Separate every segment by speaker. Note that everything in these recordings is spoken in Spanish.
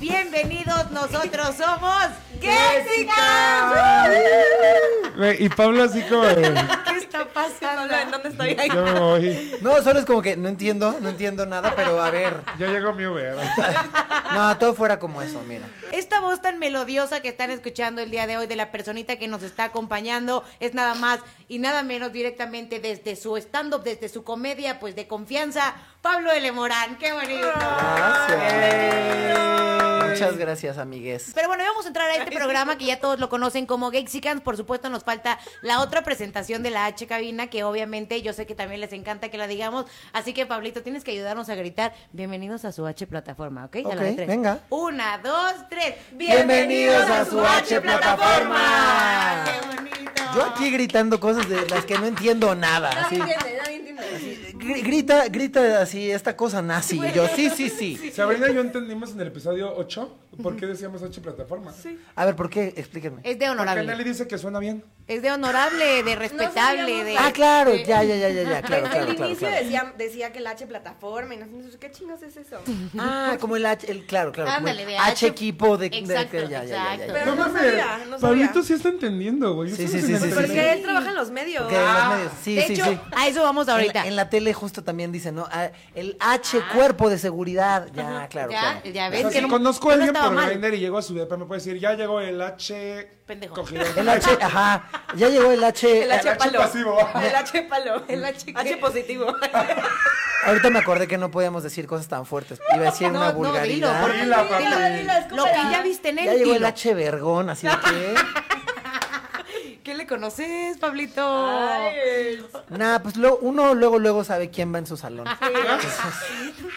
Speaker 1: bienvenidos. Nosotros somos
Speaker 2: Jessica.
Speaker 3: Güey, Y Pablo así como... de,
Speaker 1: ¿Qué está pasando?
Speaker 2: ¿En dónde estoy?
Speaker 3: Yo me voy.
Speaker 4: No, solo es como que no entiendo, no entiendo nada, pero a ver.
Speaker 3: Yo llego a mi Uber.
Speaker 4: No, todo fuera como eso, mira.
Speaker 1: Esta voz tan melodiosa que están escuchando el día de hoy de la personita que nos está acompañando es nada más y nada menos directamente desde su stand-up, desde su comedia, pues de confianza, Pablo L. Morán. ¡Qué bonito!
Speaker 4: Gracias. Muchas gracias, amigues.
Speaker 1: Pero bueno, vamos a entrar a este programa que ya todos lo conocen como Gexicans. Por supuesto, nos falta la otra presentación de la H cabina, que obviamente yo sé que también les encanta que la digamos. Así que, Pablito, tienes que ayudarnos a gritar. Bienvenidos a su H plataforma, ¿ok? a la de
Speaker 4: Ok,
Speaker 1: tres.
Speaker 4: venga.
Speaker 1: Una, dos, tres.
Speaker 4: Bienvenidos a su H plataforma.
Speaker 1: ¡Qué bonito!
Speaker 4: Yo aquí gritando cosas de las que no entiendo nada. así.
Speaker 2: entiende, nadie entiende.
Speaker 4: Gri- Grita, grita así esta cosa nazi. Y yo, sí, sí, sí.
Speaker 3: Sabrina y yo entendimos en el episodio 8 por qué decíamos 8 plataforma. Sí.
Speaker 4: A ver, ¿por qué? Explíquenme.
Speaker 1: Es de
Speaker 3: Porque
Speaker 1: honorable.
Speaker 3: Nelly dice que suena bien.
Speaker 1: Es de honorable, de respetable, de...
Speaker 4: Ah, claro, ya, ya, ya, ya, ya. Claro,
Speaker 2: Desde
Speaker 4: claro,
Speaker 2: el
Speaker 4: claro.
Speaker 2: inicio
Speaker 4: claro.
Speaker 2: Decía, decía que el H plataforma y nosotros, ¿qué chingos es eso?
Speaker 4: Ah, como el H, el, claro, claro. como el
Speaker 1: Ándale, de H.
Speaker 4: H equipo de. de-
Speaker 1: Exacto,
Speaker 4: ya, ya, ya, ya, ya.
Speaker 2: Pero no sabía, no sabía.
Speaker 3: Pablito sí está entendiendo, güey.
Speaker 4: Sí,
Speaker 3: Eso
Speaker 4: sí,
Speaker 3: no se
Speaker 4: sí, sí,
Speaker 3: me
Speaker 4: sí,
Speaker 3: hace.
Speaker 4: sí.
Speaker 2: Porque él trabaja en los medios. Ah,
Speaker 4: Porque en los medios- Sí,
Speaker 1: de
Speaker 4: sí,
Speaker 1: hecho,
Speaker 4: sí.
Speaker 1: a eso vamos
Speaker 4: En la-
Speaker 1: ahorita.
Speaker 4: En, la tele justo también dice, ¿no? Ah, el H, cuerpo de seguridad. Ya, claro,
Speaker 1: ya,
Speaker 4: claro.
Speaker 1: ya
Speaker 3: O
Speaker 1: ves
Speaker 3: sea,
Speaker 1: que
Speaker 3: si
Speaker 1: no-
Speaker 3: conozco
Speaker 1: no
Speaker 3: a alguien
Speaker 1: estaba
Speaker 3: por
Speaker 1: mal.
Speaker 3: Grindr y llego a su depa, me puede decir, ya llegó el H...
Speaker 1: Pendejo.
Speaker 3: cogido.
Speaker 4: El H, este ajá. Ya llegó el H.
Speaker 2: El H
Speaker 3: H
Speaker 2: palo.
Speaker 3: pasivo.
Speaker 2: El H palo. El H, positivo.
Speaker 4: Ah, Ahorita me acordé que no podíamos decir cosas tan fuertes. Iba a decir una
Speaker 1: No, no, dilo,
Speaker 4: vulgaridad.
Speaker 1: por
Speaker 3: Dila, papi.
Speaker 1: Lo que ya viste en él.
Speaker 4: ya llegó el
Speaker 1: dilo.
Speaker 4: H vergón, así de que.
Speaker 1: ¿Qué le conoces, Pablito?
Speaker 4: Nah, pues lo- uno luego, luego sabe quién va en su salón.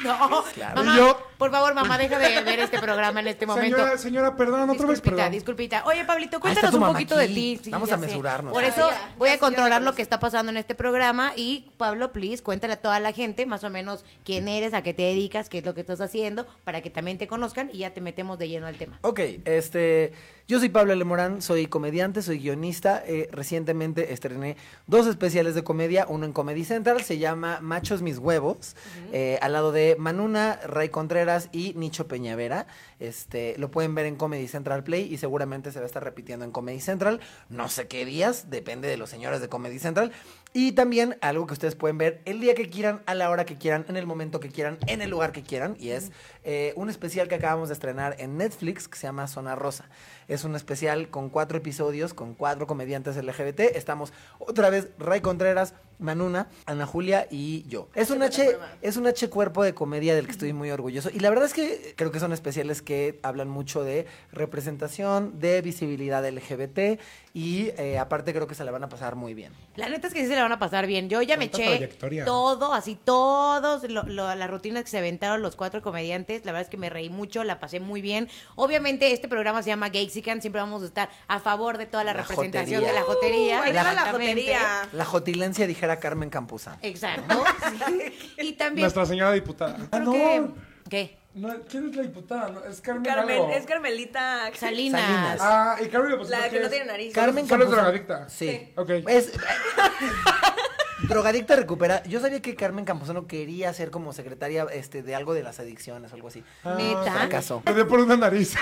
Speaker 1: No,
Speaker 4: Claro.
Speaker 1: mamá,
Speaker 3: Y yo-
Speaker 1: por favor, mamá, deja de ver este programa en este momento.
Speaker 3: Señora, señora, perdón, otra vez,
Speaker 1: disculpita,
Speaker 3: perdón.
Speaker 1: disculpita. Oye, Pablito,
Speaker 4: Ah, está
Speaker 1: cuéntanos
Speaker 4: tu
Speaker 1: un
Speaker 4: mamá
Speaker 1: poquito de
Speaker 4: aquí.
Speaker 1: ti. Sí,
Speaker 4: Vamos
Speaker 1: ya
Speaker 4: a
Speaker 1: sé.
Speaker 4: mensurarnos.
Speaker 1: Por
Speaker 2: Ah,
Speaker 1: eso
Speaker 2: ya,
Speaker 1: voy
Speaker 2: ya,
Speaker 1: a
Speaker 2: ya
Speaker 1: controlar
Speaker 2: la
Speaker 1: lo que está pasando en este programa. Y Pablo, please, cuéntale a toda la gente más o menos quién eres, a qué te dedicas, qué es lo que estás haciendo, para que también te conozcan y ya te metemos de lleno al tema.
Speaker 4: Ok, este, yo soy Pablo L. Morán, soy comediante, soy guionista. eh, recientemente estrené dos especiales de comedia, uno en Comedy Central, se llama Machos Mis Huevos, eh, al lado de Manuna, Ray Contreras y Nicho Peñavera. Este, lo pueden ver en Comedy Central Play y seguramente se va a estar repitiendo en Comedy Central, no sé qué días, depende de los señores de Comedy Central. Y también algo que ustedes pueden ver el día que quieran, a la hora que quieran, en el momento que quieran, en el lugar que quieran. Y es eh, un especial que acabamos de estrenar en Netflix que se llama Zona Rosa. Es un especial con cuatro episodios, con cuatro comediantes LGBT. Estamos otra vez Ray Contreras, Manuna, Ana Julia y yo. Es un H, es un H cuerpo de comedia del que estoy muy orgulloso. Y la verdad es que creo que son especiales que hablan mucho de representación, de visibilidad LGBT. Y eh, aparte creo que se la van a pasar muy bien.
Speaker 1: La neta es que sí se la van a pasar bien. Yo ya me
Speaker 3: Tanta
Speaker 1: eché
Speaker 3: trayectoria.
Speaker 1: todo, así todos lo- lo- las rutinas que se aventaron los cuatro comediantes. La verdad es que me reí mucho, la pasé muy bien. Obviamente este programa se llama Gaysican, siempre vamos a estar a favor de toda la,
Speaker 4: La
Speaker 1: representación
Speaker 4: jotería.
Speaker 1: de la jotería.
Speaker 2: Uh, Ahí va la
Speaker 1: Exactamente.
Speaker 2: jotería.
Speaker 4: La jotilencia dijera Carmen Campuzano.
Speaker 1: Exacto. sí. Y también
Speaker 3: Nuestra señora diputada. Ah,
Speaker 1: creo
Speaker 4: no.
Speaker 1: que ¿Qué?
Speaker 3: No, ¿Quién es la diputada? No, es Carmen.
Speaker 2: Carmen,
Speaker 3: algo.
Speaker 2: es Carmelita.
Speaker 1: Salinas.
Speaker 4: Salinas.
Speaker 3: Ah, y Carmen pues,
Speaker 2: La
Speaker 3: ¿por
Speaker 2: que
Speaker 3: qué
Speaker 2: no
Speaker 3: es?
Speaker 2: tiene nariz.
Speaker 4: Carmen
Speaker 3: Solo es
Speaker 4: Campuzano.
Speaker 3: drogadicta.
Speaker 1: Eh,
Speaker 4: Sí.
Speaker 3: Ok.
Speaker 4: Es- drogadicta recupera. Yo sabía que Carmen Campuzano quería ser como secretaria este, de algo de las adicciones o algo así.
Speaker 1: Neta.
Speaker 4: Ah, Fracaso.
Speaker 3: Me dio por una nariz.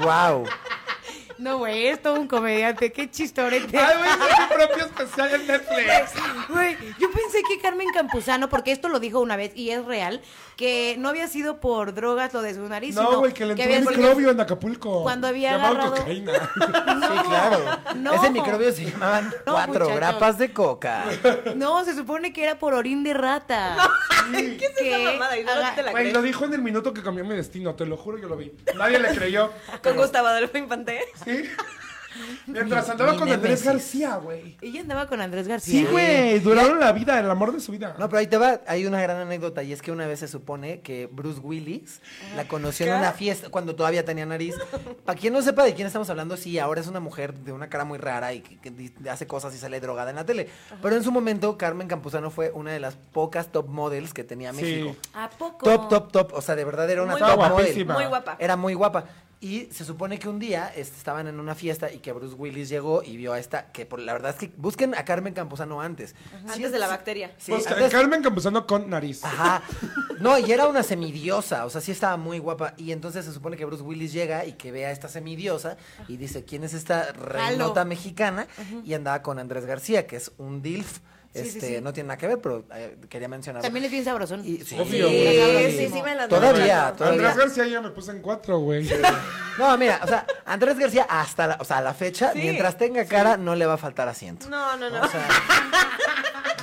Speaker 4: Wow.
Speaker 1: No, güey, es todo un comediante. Qué chistorete.
Speaker 3: Ay, voy a hacer mi propio especial en Netflix.
Speaker 1: Güey, Pues, yo pensé que Carmen Campuzano, porque esto lo dijo una vez y es real, que no había sido por drogas lo de su nariz,
Speaker 3: No,
Speaker 1: sino
Speaker 3: güey, que le entró
Speaker 1: había
Speaker 3: un
Speaker 1: sido-
Speaker 3: microbio en Acapulco.
Speaker 1: Cuando había
Speaker 3: llamado
Speaker 1: agarrado-
Speaker 3: cocaína.
Speaker 1: No,
Speaker 4: Sí, claro.
Speaker 1: no.
Speaker 4: Ese microbio se llamaban
Speaker 1: No,
Speaker 4: cuatro
Speaker 1: muchachos.
Speaker 4: grapas de coca.
Speaker 1: No, se supone que era por orín de rata.
Speaker 2: ¿Qué es esa mamada? Y no
Speaker 1: Haga-
Speaker 2: te la
Speaker 3: Güey,
Speaker 2: crees.
Speaker 3: lo dijo en el minuto que cambió mi destino, te lo juro, yo lo vi. Nadie le creyó.
Speaker 2: Con Gustavo Adolfo Infante.
Speaker 3: ¿Sí? Mientras
Speaker 4: Mi-
Speaker 3: andaba
Speaker 4: mi
Speaker 3: con Andrés
Speaker 4: némesis.
Speaker 3: García, güey.
Speaker 1: Ella andaba con Andrés García.
Speaker 3: Sí, güey. Duraron la vida, el amor de su vida.
Speaker 4: No, pero ahí te va, hay una gran anécdota y es que una vez se supone que Bruce Willis la conoció en una fiesta cuando todavía tenía nariz. Para quien no sepa de quién estamos hablando, sí, ahora es una mujer de una cara muy rara y que, que di- hace cosas y sale drogada en la tele. Pero en su momento Carmen Campuzano fue una de las pocas top models que tenía
Speaker 3: Sí.
Speaker 4: pues, México.
Speaker 1: ¿A poco?
Speaker 4: Top, top, top, o sea, de verdad era una
Speaker 2: Muy
Speaker 4: top
Speaker 3: guapa.
Speaker 4: model.
Speaker 3: Guapísima.
Speaker 2: Muy guapa.
Speaker 4: Era muy guapa. Y se supone que un día este, estaban en una fiesta y que Bruce Willis llegó y vio a esta, que por, la verdad es que busquen a Carmen Camposano antes.
Speaker 2: Antes de la bacteria.
Speaker 4: Sí, Ah,
Speaker 3: Pues,
Speaker 4: antes-
Speaker 3: Carmen Campuzano con nariz.
Speaker 4: Ajá. No, y era una semidiosa, o sea, sí estaba muy guapa. Y entonces se supone que Bruce Willis llega y que ve a esta semidiosa y dice, ¿quién es esta reinota mexicana? Y andaba con Andrés García, que es un DILF.
Speaker 1: Sí,
Speaker 4: Este,
Speaker 1: sí, sí.
Speaker 4: no tiene nada que ver, pero eh, quería mencionarlo.
Speaker 1: También es bien sabrosón.
Speaker 4: Y- sí,
Speaker 3: Obvio,
Speaker 4: sí,
Speaker 3: güey.
Speaker 4: sí,
Speaker 2: Sí, sí, me la
Speaker 4: Todavía,
Speaker 2: andan.
Speaker 4: todavía.
Speaker 3: Andrés García ya me puse en cuatro, güey.
Speaker 4: No, mira, o sea, Andrés García hasta la, o sea, a la fecha,
Speaker 2: Sí,
Speaker 4: mientras tenga cara, no le va a faltar asiento.
Speaker 2: No, no, no.
Speaker 4: O sea,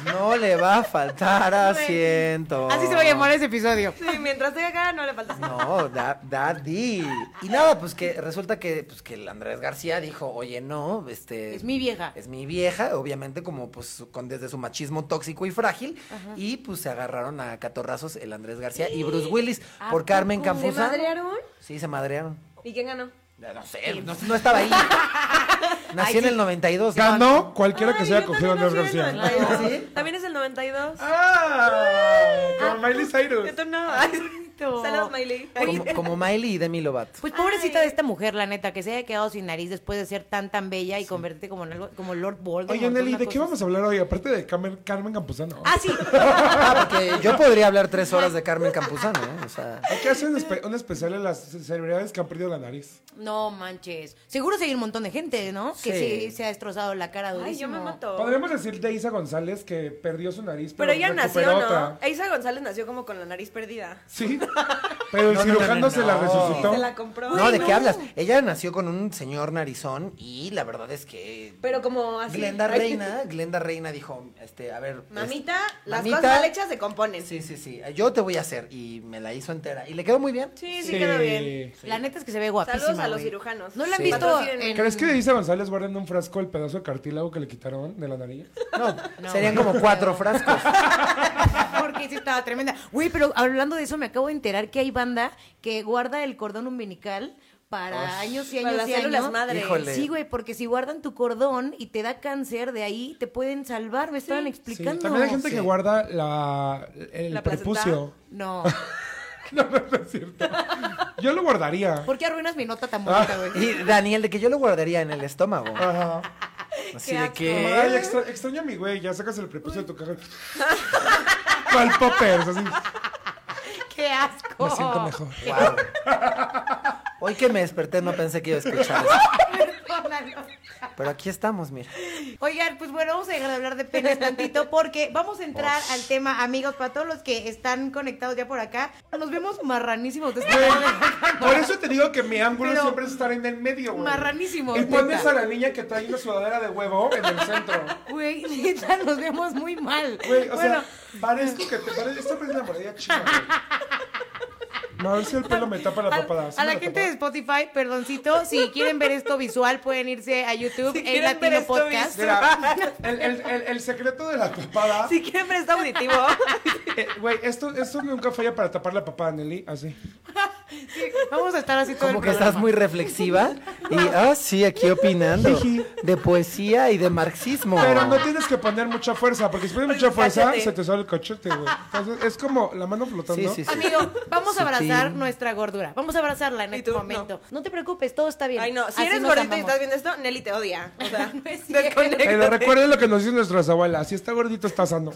Speaker 4: no le va a faltar
Speaker 2: Güey.
Speaker 4: asiento.
Speaker 1: Así se va a llamar ese episodio.
Speaker 2: Sí, mientras tenga cara no le falta.
Speaker 4: No, da- daddy. Y nada, pues que resulta que, pues que el Andrés García dijo, oye, no, este.
Speaker 1: Es mi vieja.
Speaker 4: Es mi vieja, obviamente, como pues su- con desde su machismo tóxico y frágil. Y pues se agarraron a catorrazos el Andrés García y Bruce Willis
Speaker 1: ¿A
Speaker 4: por
Speaker 1: poco?
Speaker 4: Carmen
Speaker 1: ¿Se
Speaker 2: ¿Se
Speaker 4: Campuzano.
Speaker 2: madrearon?
Speaker 4: Sí, se madrearon.
Speaker 2: ¿Y quién ganó?
Speaker 4: Ya No sé, no, no estaba ahí. Nací
Speaker 1: Ay,
Speaker 4: en
Speaker 1: sí.
Speaker 4: el 92. ¿no?
Speaker 3: Ganó cualquiera que
Speaker 2: Ay,
Speaker 3: se haya
Speaker 2: yo
Speaker 3: cogido a Andrés
Speaker 2: también nací en el
Speaker 3: García.
Speaker 2: 92. También es el 92.
Speaker 3: ¡Ah! Con Miley Cyrus.
Speaker 2: Yo tú no. Saludos, Miley.
Speaker 4: Como, como Miley y Demi Lovato.
Speaker 1: Pues pobrecita
Speaker 2: Ay.
Speaker 1: de esta mujer, la neta, que se haya quedado sin nariz después de ser tan tan bella y convertirte como en algo, como Lord Voldemort.
Speaker 3: Oye, Nelly,
Speaker 1: una
Speaker 3: ¿de qué
Speaker 1: cosa
Speaker 3: vamos a hablar hoy? Aparte de Carmen, Carmen Campuzano.
Speaker 1: así. Ah, sí.
Speaker 4: Ah, porque yo podría hablar
Speaker 1: pues,
Speaker 4: tres horas de Carmen Campuzano, ¿eh? O sea.
Speaker 3: Hay que hacer un, espe- un especial de las celebridades que han perdido la nariz.
Speaker 1: No manches. Seguro sí hay un montón de gente, ¿no? Que
Speaker 4: Sí.
Speaker 1: sí se ha destrozado la cara durísimo.
Speaker 2: Ay, yo me mato.
Speaker 3: Podríamos decir de Isa González que perdió su nariz, pero,
Speaker 2: Oh. Pero ella nació,
Speaker 3: recuperó
Speaker 2: ¿no?
Speaker 3: otra.
Speaker 2: Isa González nació como con la nariz perdida.
Speaker 3: Sí, pero el
Speaker 4: No, no, no,
Speaker 3: cirujano
Speaker 4: no,
Speaker 3: se la
Speaker 4: no.
Speaker 3: resucitó.
Speaker 2: Se la compró.
Speaker 4: No, ¿de
Speaker 2: Ay,
Speaker 4: qué hablas? Ella nació con un señor narizón y la verdad es que
Speaker 2: Pero como así.
Speaker 4: Glenda
Speaker 2: Ay,
Speaker 4: Reina, Glenda Reina dijo, este, a ver,
Speaker 2: Mamita,
Speaker 4: este,
Speaker 2: las
Speaker 4: mamita,
Speaker 2: cosas mal hechas se componen. Sí,
Speaker 4: Sí, sí, sí. Yo te voy a hacer y me la hizo entera y le quedó muy bien.
Speaker 2: sí,
Speaker 3: Sí.
Speaker 2: quedó bien.
Speaker 1: La neta es que se ve guapísima.
Speaker 2: Saludos a los
Speaker 1: güey.
Speaker 2: cirujanos.
Speaker 1: ¿No la han
Speaker 4: Sí.
Speaker 1: visto?
Speaker 2: Patrocínen.
Speaker 1: en-
Speaker 3: ¿Crees que de Isa González guarda en un frasco el pedazo de cartílago que le quitaron de la nariz?
Speaker 4: No,
Speaker 1: No,
Speaker 4: serían
Speaker 1: no
Speaker 4: como
Speaker 1: creo.
Speaker 4: cuatro frascos.
Speaker 1: Porque sí estaba tremenda. Güey, pero hablando de eso, me acabo de enterar que hay banda que guarda el cordón umbilical para
Speaker 4: Ay.
Speaker 1: años y
Speaker 2: Para
Speaker 1: años
Speaker 2: las
Speaker 1: y
Speaker 2: células
Speaker 1: años.
Speaker 2: madre.
Speaker 4: Híjole.
Speaker 1: Sí, güey, porque si guardan tu cordón y te da cáncer, de ahí te pueden salvar. Me estaban
Speaker 3: Sí,
Speaker 1: explicando.
Speaker 3: también hay gente
Speaker 4: Sí.
Speaker 3: que guarda la, el
Speaker 2: La placenta.
Speaker 3: prepucio.
Speaker 1: No.
Speaker 3: No, no, no es cierto. Yo lo guardaría.
Speaker 1: ¿Por qué arruinas mi nota tan
Speaker 3: Ah.
Speaker 1: bonita, güey?
Speaker 4: Y Daniel, de que yo lo guardaría en el estómago.
Speaker 3: Ajá.
Speaker 4: Así
Speaker 2: Qué
Speaker 4: de
Speaker 2: asco.
Speaker 4: que.
Speaker 1: ¿Eh?
Speaker 3: Ay, extra- extraño a mi güey, ya sacas el prepucio de tu caja. ¿Cuál poppers? Así.
Speaker 1: ¡Qué asco!
Speaker 3: Me siento mejor.
Speaker 4: Wow. Hoy que me desperté no pensé que iba a escuchar eso.
Speaker 1: Perdónanos.
Speaker 4: Pero aquí estamos, mira.
Speaker 1: Oigan, pues bueno, vamos a dejar de hablar de penes tantito porque vamos a entrar al tema, amigos, para todos los que están conectados ya por acá. Nos vemos marranísimos. ustedes
Speaker 3: Güey,
Speaker 1: están-
Speaker 3: Por eso te digo que mi ángulo
Speaker 1: Pero-
Speaker 3: siempre es estar en el medio, güey.
Speaker 1: Marranísimo,
Speaker 3: Y pones
Speaker 1: neta.
Speaker 3: a la niña que trae una sudadera de huevo en el centro.
Speaker 1: Güey, neta, nos vemos muy mal.
Speaker 3: Güey, o
Speaker 1: bueno,
Speaker 3: sea, parezco que te parece. Esta parece una mordida china, güey. No, a ver si el pelo me tapa la
Speaker 1: a,
Speaker 3: papada. ¿Sí
Speaker 1: a
Speaker 3: me
Speaker 1: la gente de
Speaker 3: tapa?
Speaker 1: Spotify, perdoncito, si quieren ver esto visual, pueden irse a YouTube
Speaker 2: Si
Speaker 1: en
Speaker 2: quieren ver
Speaker 1: Latino
Speaker 2: esto
Speaker 1: Podcast.
Speaker 2: visual.
Speaker 3: Mira, el, el, el, el secreto de la papada.
Speaker 2: Si quieren ver está auditivo.
Speaker 3: eh, Güey, esto, esto nunca falla para tapar la papada, Nelly. Así.
Speaker 1: Vamos a estar así todo
Speaker 4: Como
Speaker 1: el
Speaker 4: que estás
Speaker 1: programa.
Speaker 4: muy reflexiva y, ah, sí, aquí opinando de poesía y de marxismo.
Speaker 3: Pero no tienes que poner mucha fuerza, porque si pones mucha fuerza,
Speaker 2: Cállate.
Speaker 3: se te sale el cochete, güey. Entonces, es como la mano flotando.
Speaker 4: Sí, sí, sí.
Speaker 1: Amigo, vamos a
Speaker 4: Sutil.
Speaker 1: abrazar nuestra gordura. Vamos a abrazarla en
Speaker 2: ¿Y
Speaker 1: este
Speaker 2: tú?
Speaker 1: momento. No. te preocupes, todo está bien.
Speaker 2: Ay, no. Si
Speaker 1: Así
Speaker 2: eres
Speaker 1: nos
Speaker 2: gordito
Speaker 1: amamos.
Speaker 2: y estás viendo esto, Nelly te odia. O sea,
Speaker 1: No es cierto.
Speaker 2: desconéctate.
Speaker 3: Pero recuerden Eh, lo que nos dicen nuestras abuelas. Si está gordito, está sano.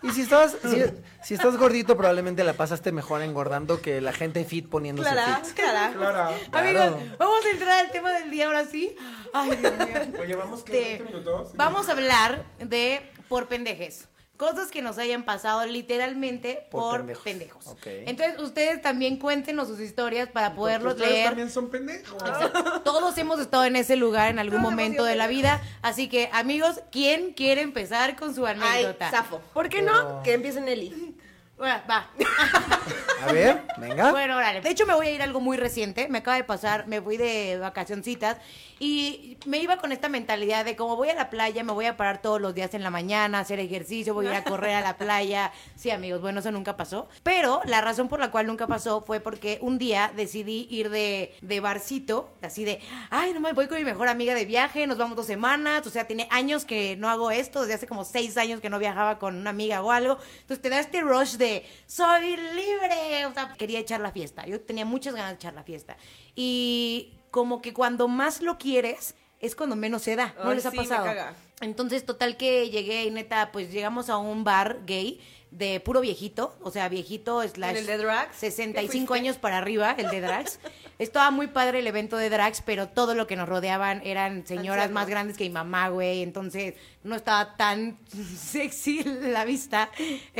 Speaker 4: Y si estás, si, si estás gordito, probablemente la pasaste mejor engordando que la gente fit poniéndose
Speaker 2: Clara,
Speaker 4: fit.
Speaker 2: Clara.
Speaker 3: Clara.
Speaker 4: Claro.
Speaker 1: Amigos, vamos a entrar al tema del día ahora sí. Ay, Dios mío.
Speaker 3: Oye, vamos que
Speaker 1: Este,
Speaker 3: 20 minutos.
Speaker 1: Vamos a hablar de por pendejes. Cosas que nos hayan pasado literalmente
Speaker 4: Por
Speaker 1: por,
Speaker 4: pendejos.
Speaker 1: pendejos.
Speaker 4: Ok.
Speaker 1: Entonces, ustedes también cuéntenos sus historias para poderlos
Speaker 3: Porque ustedes
Speaker 1: leer.
Speaker 3: también son pendejos.
Speaker 1: Todos hemos estado en ese lugar en algún
Speaker 2: Todos hemos
Speaker 1: momento
Speaker 2: sido
Speaker 1: de la
Speaker 2: pendejos.
Speaker 1: vida. Así que, amigos, ¿quién quiere empezar con su
Speaker 2: Ay,
Speaker 1: anécdota?
Speaker 2: zafo. ¿Por qué no? Que empiece Nelly.
Speaker 1: Bueno, va.
Speaker 4: A ver, venga.
Speaker 1: Bueno, órale. De hecho, me voy a ir a algo muy reciente. Me acaba de pasar, me fui de vacacioncitas y me iba con esta mentalidad de como voy a la playa, me voy a parar todos los días en la mañana, a hacer ejercicio, voy a ir a correr a la playa. Sí, amigos, bueno, eso nunca pasó. Pero la razón por la cual nunca pasó fue porque un día decidí ir de, de barcito, así de, ay, no me voy con mi mejor amiga de viaje, nos vamos dos semanas. O sea, tiene años que no hago esto, desde hace como seis años que no viajaba con una amiga o algo. Entonces te da este rush de de soy libre. O sea, quería echar la fiesta. Yo tenía muchas ganas de echar la fiesta. Y como que cuando más lo quieres, es cuando menos se da. ¿No
Speaker 2: Ay,
Speaker 1: les ha
Speaker 2: sí, me
Speaker 1: pasado?
Speaker 2: caga.
Speaker 1: Entonces, total que llegué y neta, pues llegamos a un bar gay de puro viejito, o sea, viejito slash
Speaker 2: ¿En el de drags?
Speaker 1: 65
Speaker 2: ¿Qué fuiste?
Speaker 1: años para arriba, el de drags. Estaba muy padre el evento de drags, pero todo lo que nos rodeaban eran señoras
Speaker 2: Ancianos.
Speaker 1: más grandes que mi mamá, güey, entonces no estaba tan sexy la vista.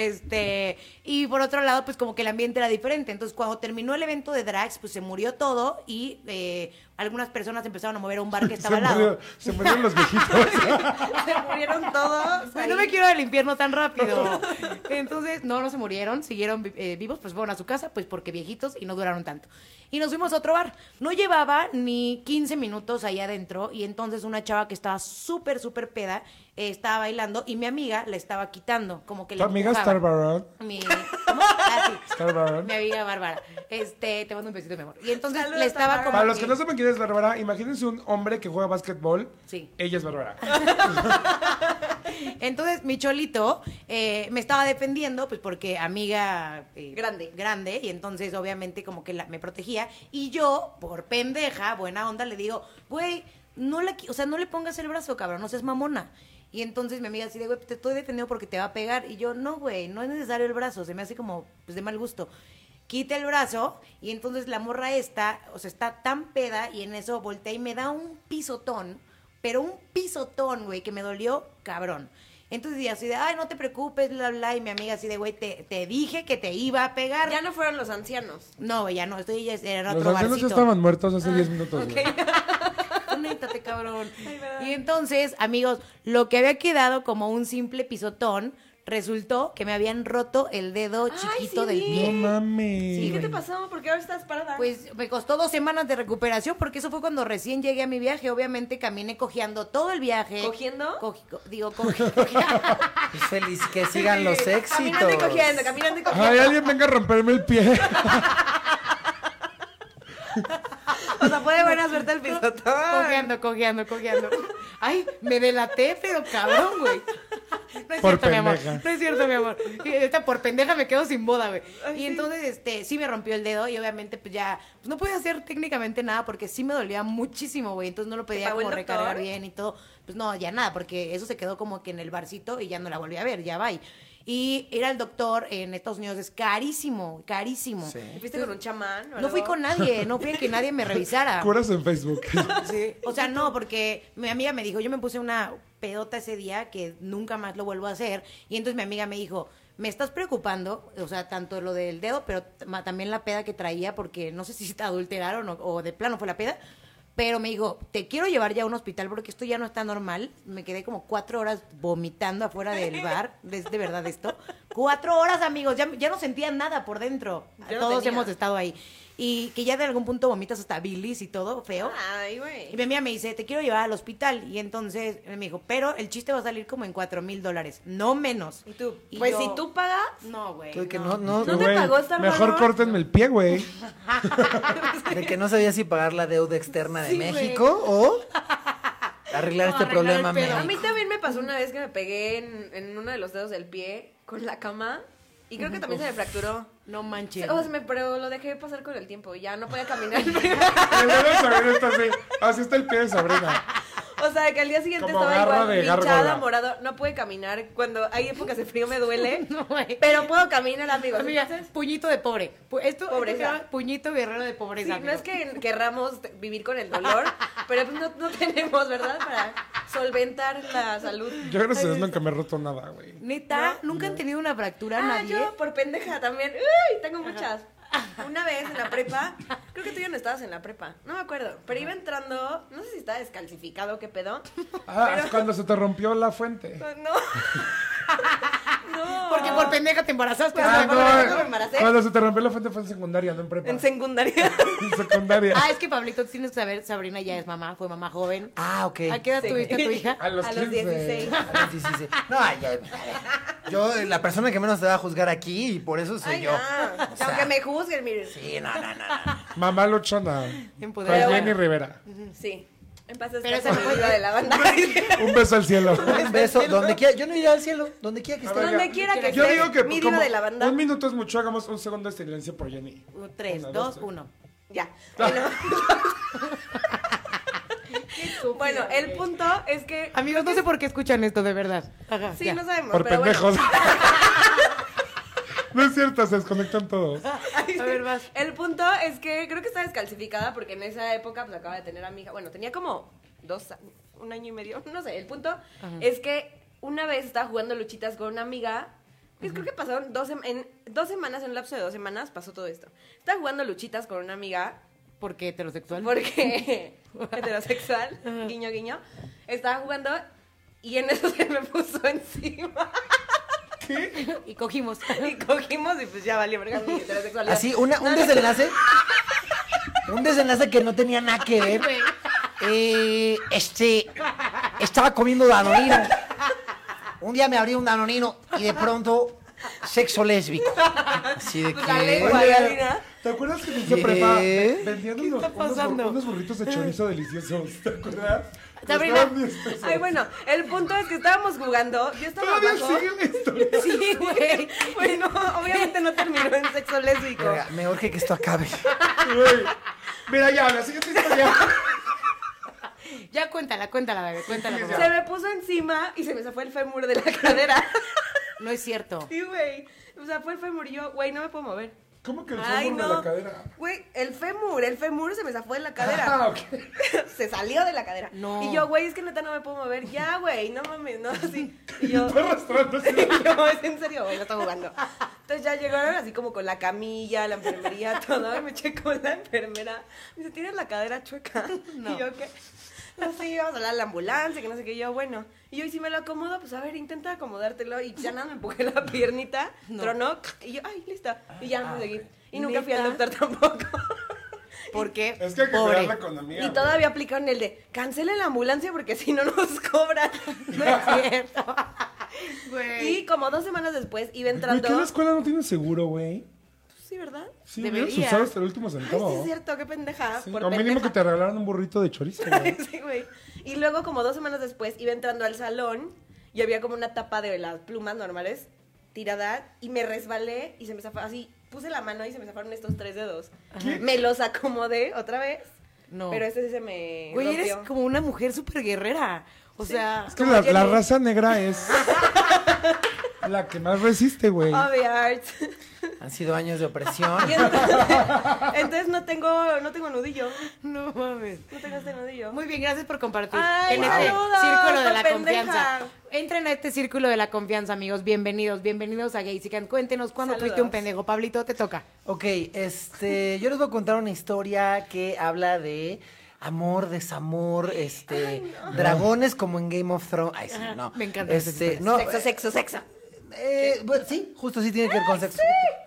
Speaker 1: Este, y por otro lado, pues como que el ambiente era diferente. Entonces, cuando terminó el evento de drags, pues se murió todo y eh, algunas personas empezaron a mover a un bar que
Speaker 3: Se
Speaker 1: estaba al lado.
Speaker 3: murieron- se murieron los viejitos.
Speaker 2: Se murieron todos.
Speaker 1: Ay, no
Speaker 2: ahí.
Speaker 1: me quiero del infierno tan rápido. Entonces, no, no se murieron, siguieron vi- eh, vivos, pues fueron a su casa, pues porque viejitos y no duraron tanto. Y nos fuimos a otro bar. No llevaba ni 15 minutos ahí adentro y entonces una chava que estaba súper, súper peda eh, estaba bailando y mi amiga la estaba quitando, como que
Speaker 3: Tu
Speaker 1: le
Speaker 3: amiga
Speaker 1: empujaba.
Speaker 3: Star Baron.
Speaker 1: Mi, ¿cómo? Ah, sí.
Speaker 3: Star Baron.
Speaker 1: Mi amiga Bárbara. Este, te mando un besito, mi amor. Y entonces
Speaker 2: Saludos
Speaker 1: le
Speaker 2: a
Speaker 1: estaba
Speaker 2: Bárbara.
Speaker 1: como
Speaker 3: Para los que
Speaker 1: que-
Speaker 3: no saben quién es Bárbara, imagínense un hombre que juega básquetbol.
Speaker 1: Sí.
Speaker 3: Ella es Bárbara.
Speaker 1: Entonces, mi cholito eh, me estaba defendiendo, pues porque amiga. eh,
Speaker 2: Grande.
Speaker 1: Grande, y entonces, obviamente, como que la- me protegía. Y yo, por pendeja, buena onda, le digo, güey, no la, qui- o sea, no le pongas el brazo, cabrón, no seas mamona. Y entonces mi amiga así de, güey, te estoy defendiendo porque te va a pegar. Y yo, no, güey, no es necesario el brazo, se me hace como, pues, de mal gusto. Quita el brazo y entonces la morra esta, o sea, está tan peda y en eso voltea y me da un pisotón pero un pisotón, güey, que me dolió cabrón. Entonces, y así de, ay, no te preocupes, bla, bla, y mi amiga así de, güey, te, te dije que te iba a pegar.
Speaker 2: Ya no fueron los ancianos.
Speaker 1: No, güey, ya no, estoy ya era en
Speaker 3: Los
Speaker 1: otro
Speaker 3: ancianos ya
Speaker 1: barcito.
Speaker 3: estaban muertos hace 10 minutos. güey.
Speaker 1: Conéctate, cabrón.
Speaker 2: ¿verdad?
Speaker 1: Y entonces, amigos, lo que había quedado como un simple pisotón, resultó que me habían roto el dedo
Speaker 2: Ay,
Speaker 1: chiquito
Speaker 2: sí
Speaker 1: del
Speaker 2: vi.
Speaker 1: pie.
Speaker 3: No mames.
Speaker 2: ¿Y qué te
Speaker 3: güey.
Speaker 2: pasó? ¿Por qué ahora estás parada?
Speaker 1: Pues me costó dos semanas de recuperación porque eso fue cuando recién llegué a mi viaje. Obviamente caminé cojeando todo el viaje.
Speaker 2: ¿Cogiendo?
Speaker 1: Cogi- co- digo, coje- cojeando.
Speaker 4: Pues feliz, que sigan los
Speaker 2: Caminando
Speaker 4: éxitos.
Speaker 2: y cogiendo, caminando y
Speaker 3: Ay,
Speaker 2: cogiendo.
Speaker 3: alguien venga a romperme el pie.
Speaker 2: O sea, fue de buena suerte el pisotón.
Speaker 1: Cojeando, cojeando, cojeando. Ay, me delaté, pero cabrón, güey. No es
Speaker 3: Por
Speaker 1: cierto, mi
Speaker 3: pendeja.
Speaker 1: amor. No es cierto, mi amor. Y Esta por pendeja me quedo sin boda, güey.
Speaker 2: Ay,
Speaker 1: Y
Speaker 2: sí.
Speaker 1: entonces, este, sí me rompió el dedo y obviamente, pues ya, pues no podía hacer técnicamente nada porque sí me dolía muchísimo, güey. Entonces no lo podía
Speaker 2: pagó el
Speaker 1: como
Speaker 2: doctor?
Speaker 1: recargar bien y todo. Pues no, ya nada, porque eso se quedó como que en el barcito y ya no la volví a ver, ya bye. Y ir al doctor en Estados Unidos es carísimo, carísimo.
Speaker 4: Sí.
Speaker 2: ¿Y ¿Fuiste con un chamán? o
Speaker 1: No fui
Speaker 2: algo?
Speaker 1: con nadie, no fui a que nadie me
Speaker 2: Ah.
Speaker 1: revisara.
Speaker 3: Curas en Facebook.
Speaker 1: O sea, no, porque mi amiga me dijo, yo me puse una pedota ese día que nunca más lo vuelvo a hacer. Y entonces mi amiga me dijo, me estás preocupando, o sea, tanto lo del dedo, pero t- ma- también la peda que traía, porque no sé si te adulteraron o, o de plano fue la peda. Pero me dijo, te quiero llevar ya a un hospital porque esto ya no está normal. Me quedé como cuatro horas vomitando afuera del bar. Es de verdad esto. Cuatro horas, amigos. Ya, ya no sentía nada por dentro.
Speaker 2: Ya no
Speaker 1: Todos
Speaker 2: tenía.
Speaker 1: hemos estado ahí. Y que ya de algún punto vomitas hasta bilis y todo, feo.
Speaker 2: Ay,
Speaker 1: Y
Speaker 2: güey.
Speaker 1: mi amiga me dice, te quiero llevar al hospital. Y entonces me dijo, pero el chiste va a salir como en cuatro mil dólares, no menos.
Speaker 2: ¿Y tú?
Speaker 1: Y
Speaker 2: Pues
Speaker 1: yo-
Speaker 2: si tú pagas,
Speaker 1: No, güey.
Speaker 4: Que- que
Speaker 1: no.
Speaker 4: no, no,
Speaker 2: ¿No te
Speaker 3: Güey,
Speaker 2: pagó Star
Speaker 3: Mejor
Speaker 2: Baron?
Speaker 3: córtenme el pie, güey.
Speaker 4: de que no sabía si pagar la deuda externa de
Speaker 2: Sí, güey.
Speaker 4: México o arreglar
Speaker 1: O
Speaker 4: este
Speaker 1: arreglar
Speaker 4: problema
Speaker 1: el pedo.
Speaker 2: A mí
Speaker 4: médico.
Speaker 2: también me pasó una vez que me pegué en, en uno de los dedos del pie con la cama y creo que también se me fracturó.
Speaker 1: No manches.
Speaker 2: O sea, me- pero lo dejé pasar con el tiempo y ya no podía caminar.
Speaker 3: El dedo de Sabrina está así. Así está el pie de Sabrina.
Speaker 2: o sea, que al día siguiente
Speaker 3: Como
Speaker 2: estaba
Speaker 3: garra
Speaker 2: igual
Speaker 3: de
Speaker 2: pinchada,
Speaker 3: gárgola.
Speaker 2: morado, no pude caminar. Cuando hay épocas de frío me duele,
Speaker 1: No, güey.
Speaker 2: pero puedo caminar, amigos.
Speaker 1: Amiga,
Speaker 2: Entonces,
Speaker 1: puñito de pobre. Pu- Esto, esto
Speaker 2: Pobreza.
Speaker 1: se llama puñito guerrero de
Speaker 2: sí,
Speaker 1: pobreza.
Speaker 2: no es
Speaker 1: amigos.
Speaker 2: que querramos t- vivir con el dolor, pero pues no, no tenemos, ¿verdad? Para solventar la salud.
Speaker 3: Yo gracias a Dios nunca me he roto nada, güey.
Speaker 1: Neta, nunca han tenido una fractura
Speaker 2: Ah,
Speaker 1: nadie.
Speaker 2: yo por pendeja también. Uy, tengo muchas. Una vez en la prepa, creo que tú ya no estabas en la prepa, no me acuerdo, pero iba entrando, no sé si estaba descalcificado o qué pedo.
Speaker 3: Ah,
Speaker 2: pero-
Speaker 3: es cuando se te rompió la fuente.
Speaker 2: No. no.
Speaker 1: Porque por pendeja te embarazaste.
Speaker 2: Ah,
Speaker 1: Ah,
Speaker 2: no. cuando me embaracé.
Speaker 3: cuando se te rompió la fuente fue en secundaria, no en prepa.
Speaker 2: En secundaria.
Speaker 3: En secundaria.
Speaker 1: Ah, es que Pablito, tú tienes que saber, Sabrina ya es mamá, fue mamá joven.
Speaker 4: Ah, ok.
Speaker 1: ¿A qué edad
Speaker 2: Sí.
Speaker 1: tuviste a tu hija?
Speaker 3: A los
Speaker 2: a los
Speaker 3: 15.
Speaker 2: 16.
Speaker 4: Sí, sí, sí. No, ay, ay, ay. Yo, eh, la persona que menos te va a juzgar aquí, y por eso soy
Speaker 2: Ay, ah.
Speaker 4: yo.
Speaker 2: no.
Speaker 4: O sea,
Speaker 2: Aunque me juzguen, miren. Sí.
Speaker 4: Sí, no, no, no. no.
Speaker 3: Mamá luchona.
Speaker 1: Empoderada.
Speaker 3: Con Jenny Rivera.
Speaker 2: Sí. En paz
Speaker 1: Pero
Speaker 2: descanse,
Speaker 1: esa no
Speaker 2: mi diva
Speaker 1: fue-
Speaker 2: de la banda.
Speaker 3: Un beso al cielo.
Speaker 4: Un beso, donde quiera. Yo no iré al cielo, donde quiera que
Speaker 3: A
Speaker 4: esté.
Speaker 3: ver,
Speaker 2: Donde quiera que
Speaker 3: Yo
Speaker 2: estés,
Speaker 3: digo que
Speaker 2: mi diva
Speaker 3: como
Speaker 2: de la banda.
Speaker 3: un minuto es mucho, hagamos un segundo de silencio por Jenny.
Speaker 1: Un, Tres,
Speaker 3: Una,
Speaker 1: dos,
Speaker 3: tres.
Speaker 1: uno.
Speaker 2: Ya. Bueno, bueno, el punto es que.
Speaker 1: Amigos, no sé por qué escuchan esto, de verdad. Ajá,
Speaker 2: Sí,
Speaker 1: ya.
Speaker 2: no sabemos.
Speaker 3: Por
Speaker 2: pero bueno.
Speaker 3: pendejos. no es cierto, se desconectan todos.
Speaker 1: A ver, vas.
Speaker 2: El punto es que creo que está descalcificada porque en esa época pues acaba de tener a mi hija. Bueno, tenía como dos, a- un año y medio, no sé. El punto es que una vez estaba jugando luchitas con una amiga. Pues creo que pasaron dos, sem- en dos semanas, en un lapso de dos semanas pasó todo esto. Estaba jugando luchitas con una amiga
Speaker 1: ¿Por qué heterosexual?
Speaker 2: porque heterosexual, guiño, guiño. Estaba jugando y en eso se me puso encima
Speaker 1: Y cogimos.
Speaker 2: y cogimos y pues ya valió verga mi heterosexualidad.
Speaker 4: Así, una,
Speaker 2: No,
Speaker 4: un
Speaker 2: no,
Speaker 4: desenlace. Un desenlace que no tenía nada que ver.
Speaker 1: Güey.
Speaker 4: Eh, este. Estaba comiendo danonino. Un día me abrí un danonino y de pronto. Sexo lésbico. Así de
Speaker 2: Pues la
Speaker 4: que.
Speaker 2: lengua. Guadalina.
Speaker 3: ¿Te acuerdas que desde prepa
Speaker 4: ¿Qué?
Speaker 3: ve- vendían
Speaker 1: ¿Qué
Speaker 3: unos,
Speaker 1: está
Speaker 3: unos bur-
Speaker 1: pasando?
Speaker 3: unos burritos de chorizo deliciosos? ¿Te acuerdas?
Speaker 1: Sabrina.
Speaker 3: Costaban 10 Pues, pesos.
Speaker 2: Ay, bueno, el punto es que estábamos jugando. Yo estaba
Speaker 3: Todavía
Speaker 2: abajo.
Speaker 3: sigue la historia.
Speaker 2: Sí, güey. Bueno, obviamente no terminó en sexo lésbico.
Speaker 4: Verga, me urge que esto acabe.
Speaker 3: Güey. Mira, ya, la siguiente historia.
Speaker 1: Ya cuéntala, cuéntala, bebé, cuéntala. por favor.
Speaker 2: Se me puso encima y se me zafó el fémur de la cadera.
Speaker 1: No es cierto.
Speaker 2: Sí, güey. O sea, fue el fémur y yo, güey, no me puedo mover.
Speaker 3: ¿Cómo que el
Speaker 2: Ay,
Speaker 3: fémur
Speaker 2: no.
Speaker 3: de la cadera?
Speaker 2: Güey, el fémur, el fémur se me zafó de la cadera.
Speaker 3: Ah, ok.
Speaker 2: se salió de la cadera.
Speaker 1: No.
Speaker 2: Y yo, güey, es que neta no me puedo mover. Ya, güey, no mames, no así. Y yo,
Speaker 3: Fue arrastrándose.
Speaker 2: no, es en serio, güey, no estoy jugando. Entonces ya llegaron así como con la camilla, la enfermería, todo. Y me checó la enfermera. Me dice, ¿tienes la cadera chueca?
Speaker 1: No.
Speaker 2: Y yo, ¿qué? No sé, íbamos a hablar a la ambulancia, que no sé qué. Y yo, bueno. Y yo, y si me lo acomodo, pues a ver, intenta acomodártelo. Y ya nada, me empujé la piernita,
Speaker 1: No. Ah,
Speaker 2: tronó. Y yo, ay, lista. Y ya no me seguí. Y nunca fui al
Speaker 1: ¿Neta?
Speaker 2: doctor tampoco.
Speaker 1: ¿Por qué?
Speaker 3: Es que hay que cuidar la economía.
Speaker 2: Y
Speaker 3: güey.
Speaker 2: todavía aplicaron el de cancele la ambulancia porque si no nos cobran.
Speaker 1: No es cierto. Güey.
Speaker 2: Y como dos semanas después iba
Speaker 3: Güey,
Speaker 2: entrando.
Speaker 3: ¿qué la escuela no tiene seguro, güey?
Speaker 2: Sí, ¿verdad?
Speaker 3: Sí,
Speaker 1: Debería.
Speaker 3: hubieras usado hasta el último
Speaker 2: Ay,
Speaker 3: centavo.
Speaker 2: sí es cierto, qué pendeja.
Speaker 3: Sí,
Speaker 2: por
Speaker 3: o mínimo que
Speaker 2: pendeja.
Speaker 3: te regalaron un burrito de chorizo, güey.
Speaker 2: Sí, güey. Y luego, como dos semanas después, iba entrando al salón y había como una tapa de las plumas normales tirada y me resbalé y se me zafó así. Puse la mano y se me zafaron estos tres dedos.
Speaker 3: ¿Qué?
Speaker 2: Me los acomodé otra vez.
Speaker 1: No.
Speaker 2: Pero este sí se me.
Speaker 1: Güey, eres
Speaker 2: rompió.
Speaker 1: como una mujer súper guerrera. O sea,
Speaker 3: Es que
Speaker 2: Como
Speaker 3: la, la
Speaker 2: Jenny.
Speaker 3: raza negra es la que más resiste, güey.
Speaker 2: Oh, the arts.
Speaker 4: Han sido años de opresión.
Speaker 2: Y entonces, entonces no tengo, no tengo nudillo.
Speaker 1: no mames.
Speaker 2: No tengo este nudillo.
Speaker 1: Muy bien, gracias por compartir
Speaker 2: Ay,
Speaker 1: en este
Speaker 2: saludos,
Speaker 1: círculo de la
Speaker 2: pendeja.
Speaker 1: confianza. Entren a este círculo de la confianza, amigos. Bienvenidos, bienvenidos a Gaysican. Cuéntenos cuándo
Speaker 2: Saludos.
Speaker 1: fuiste un pendejo. Pablito, te toca.
Speaker 4: Ok, este, yo les voy a contar una historia que habla de amor, desamor, este, dragones como en Game of Thrones. Ay, sí, no.
Speaker 1: Me encantan esas
Speaker 4: Este,
Speaker 1: historias.
Speaker 4: no,
Speaker 2: sexo, sexo, sexo.
Speaker 4: eh, bueno, sí, justo sí tiene que ver con sexo.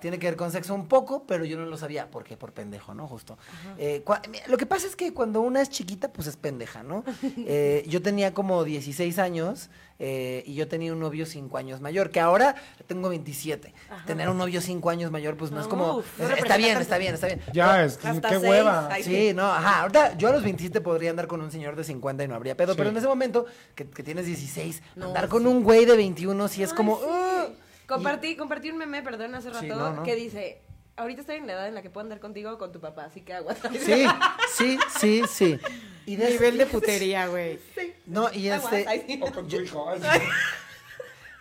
Speaker 4: Tiene que ver con sexo un poco, pero yo no lo sabía porque por pendejo, ¿no? Justo. Eh, cua- mira, lo que pasa es que cuando una es chiquita, pues es pendeja, ¿no? Eh, yo tenía como 16 años eh, y yo tenía un novio 5 años mayor, que ahora tengo 27. Tener un novio 5 años mayor, pues no es como...
Speaker 1: Uf, no
Speaker 4: es-
Speaker 1: representa
Speaker 4: está bien,
Speaker 1: tanto.
Speaker 4: está bien, está bien.
Speaker 3: Ya, es que
Speaker 2: Hasta
Speaker 3: qué
Speaker 2: seis.
Speaker 3: hueva.
Speaker 2: Ay,
Speaker 4: Sí, no, ajá. Ahorita yo a los 27 podría andar con un señor de 50 y no habría pedo,
Speaker 3: Sí.
Speaker 4: pero en ese momento que, que tienes 16,
Speaker 1: No,
Speaker 4: andar con un güey de 21 sí es como. "Ugh".
Speaker 2: Compartí, compartí un meme, perdón, hace rato,
Speaker 4: Sí, no, no.
Speaker 2: que dice, ahorita estoy en la edad en la que puedo andar contigo o con tu papá, así que aguanta.
Speaker 4: Sí, sí, sí, sí. Y de-
Speaker 1: Nivel de putería, güey.
Speaker 4: No, y
Speaker 2: Aguas, ay,
Speaker 4: este,
Speaker 2: sí.
Speaker 3: O con tu hijo. ay, sí.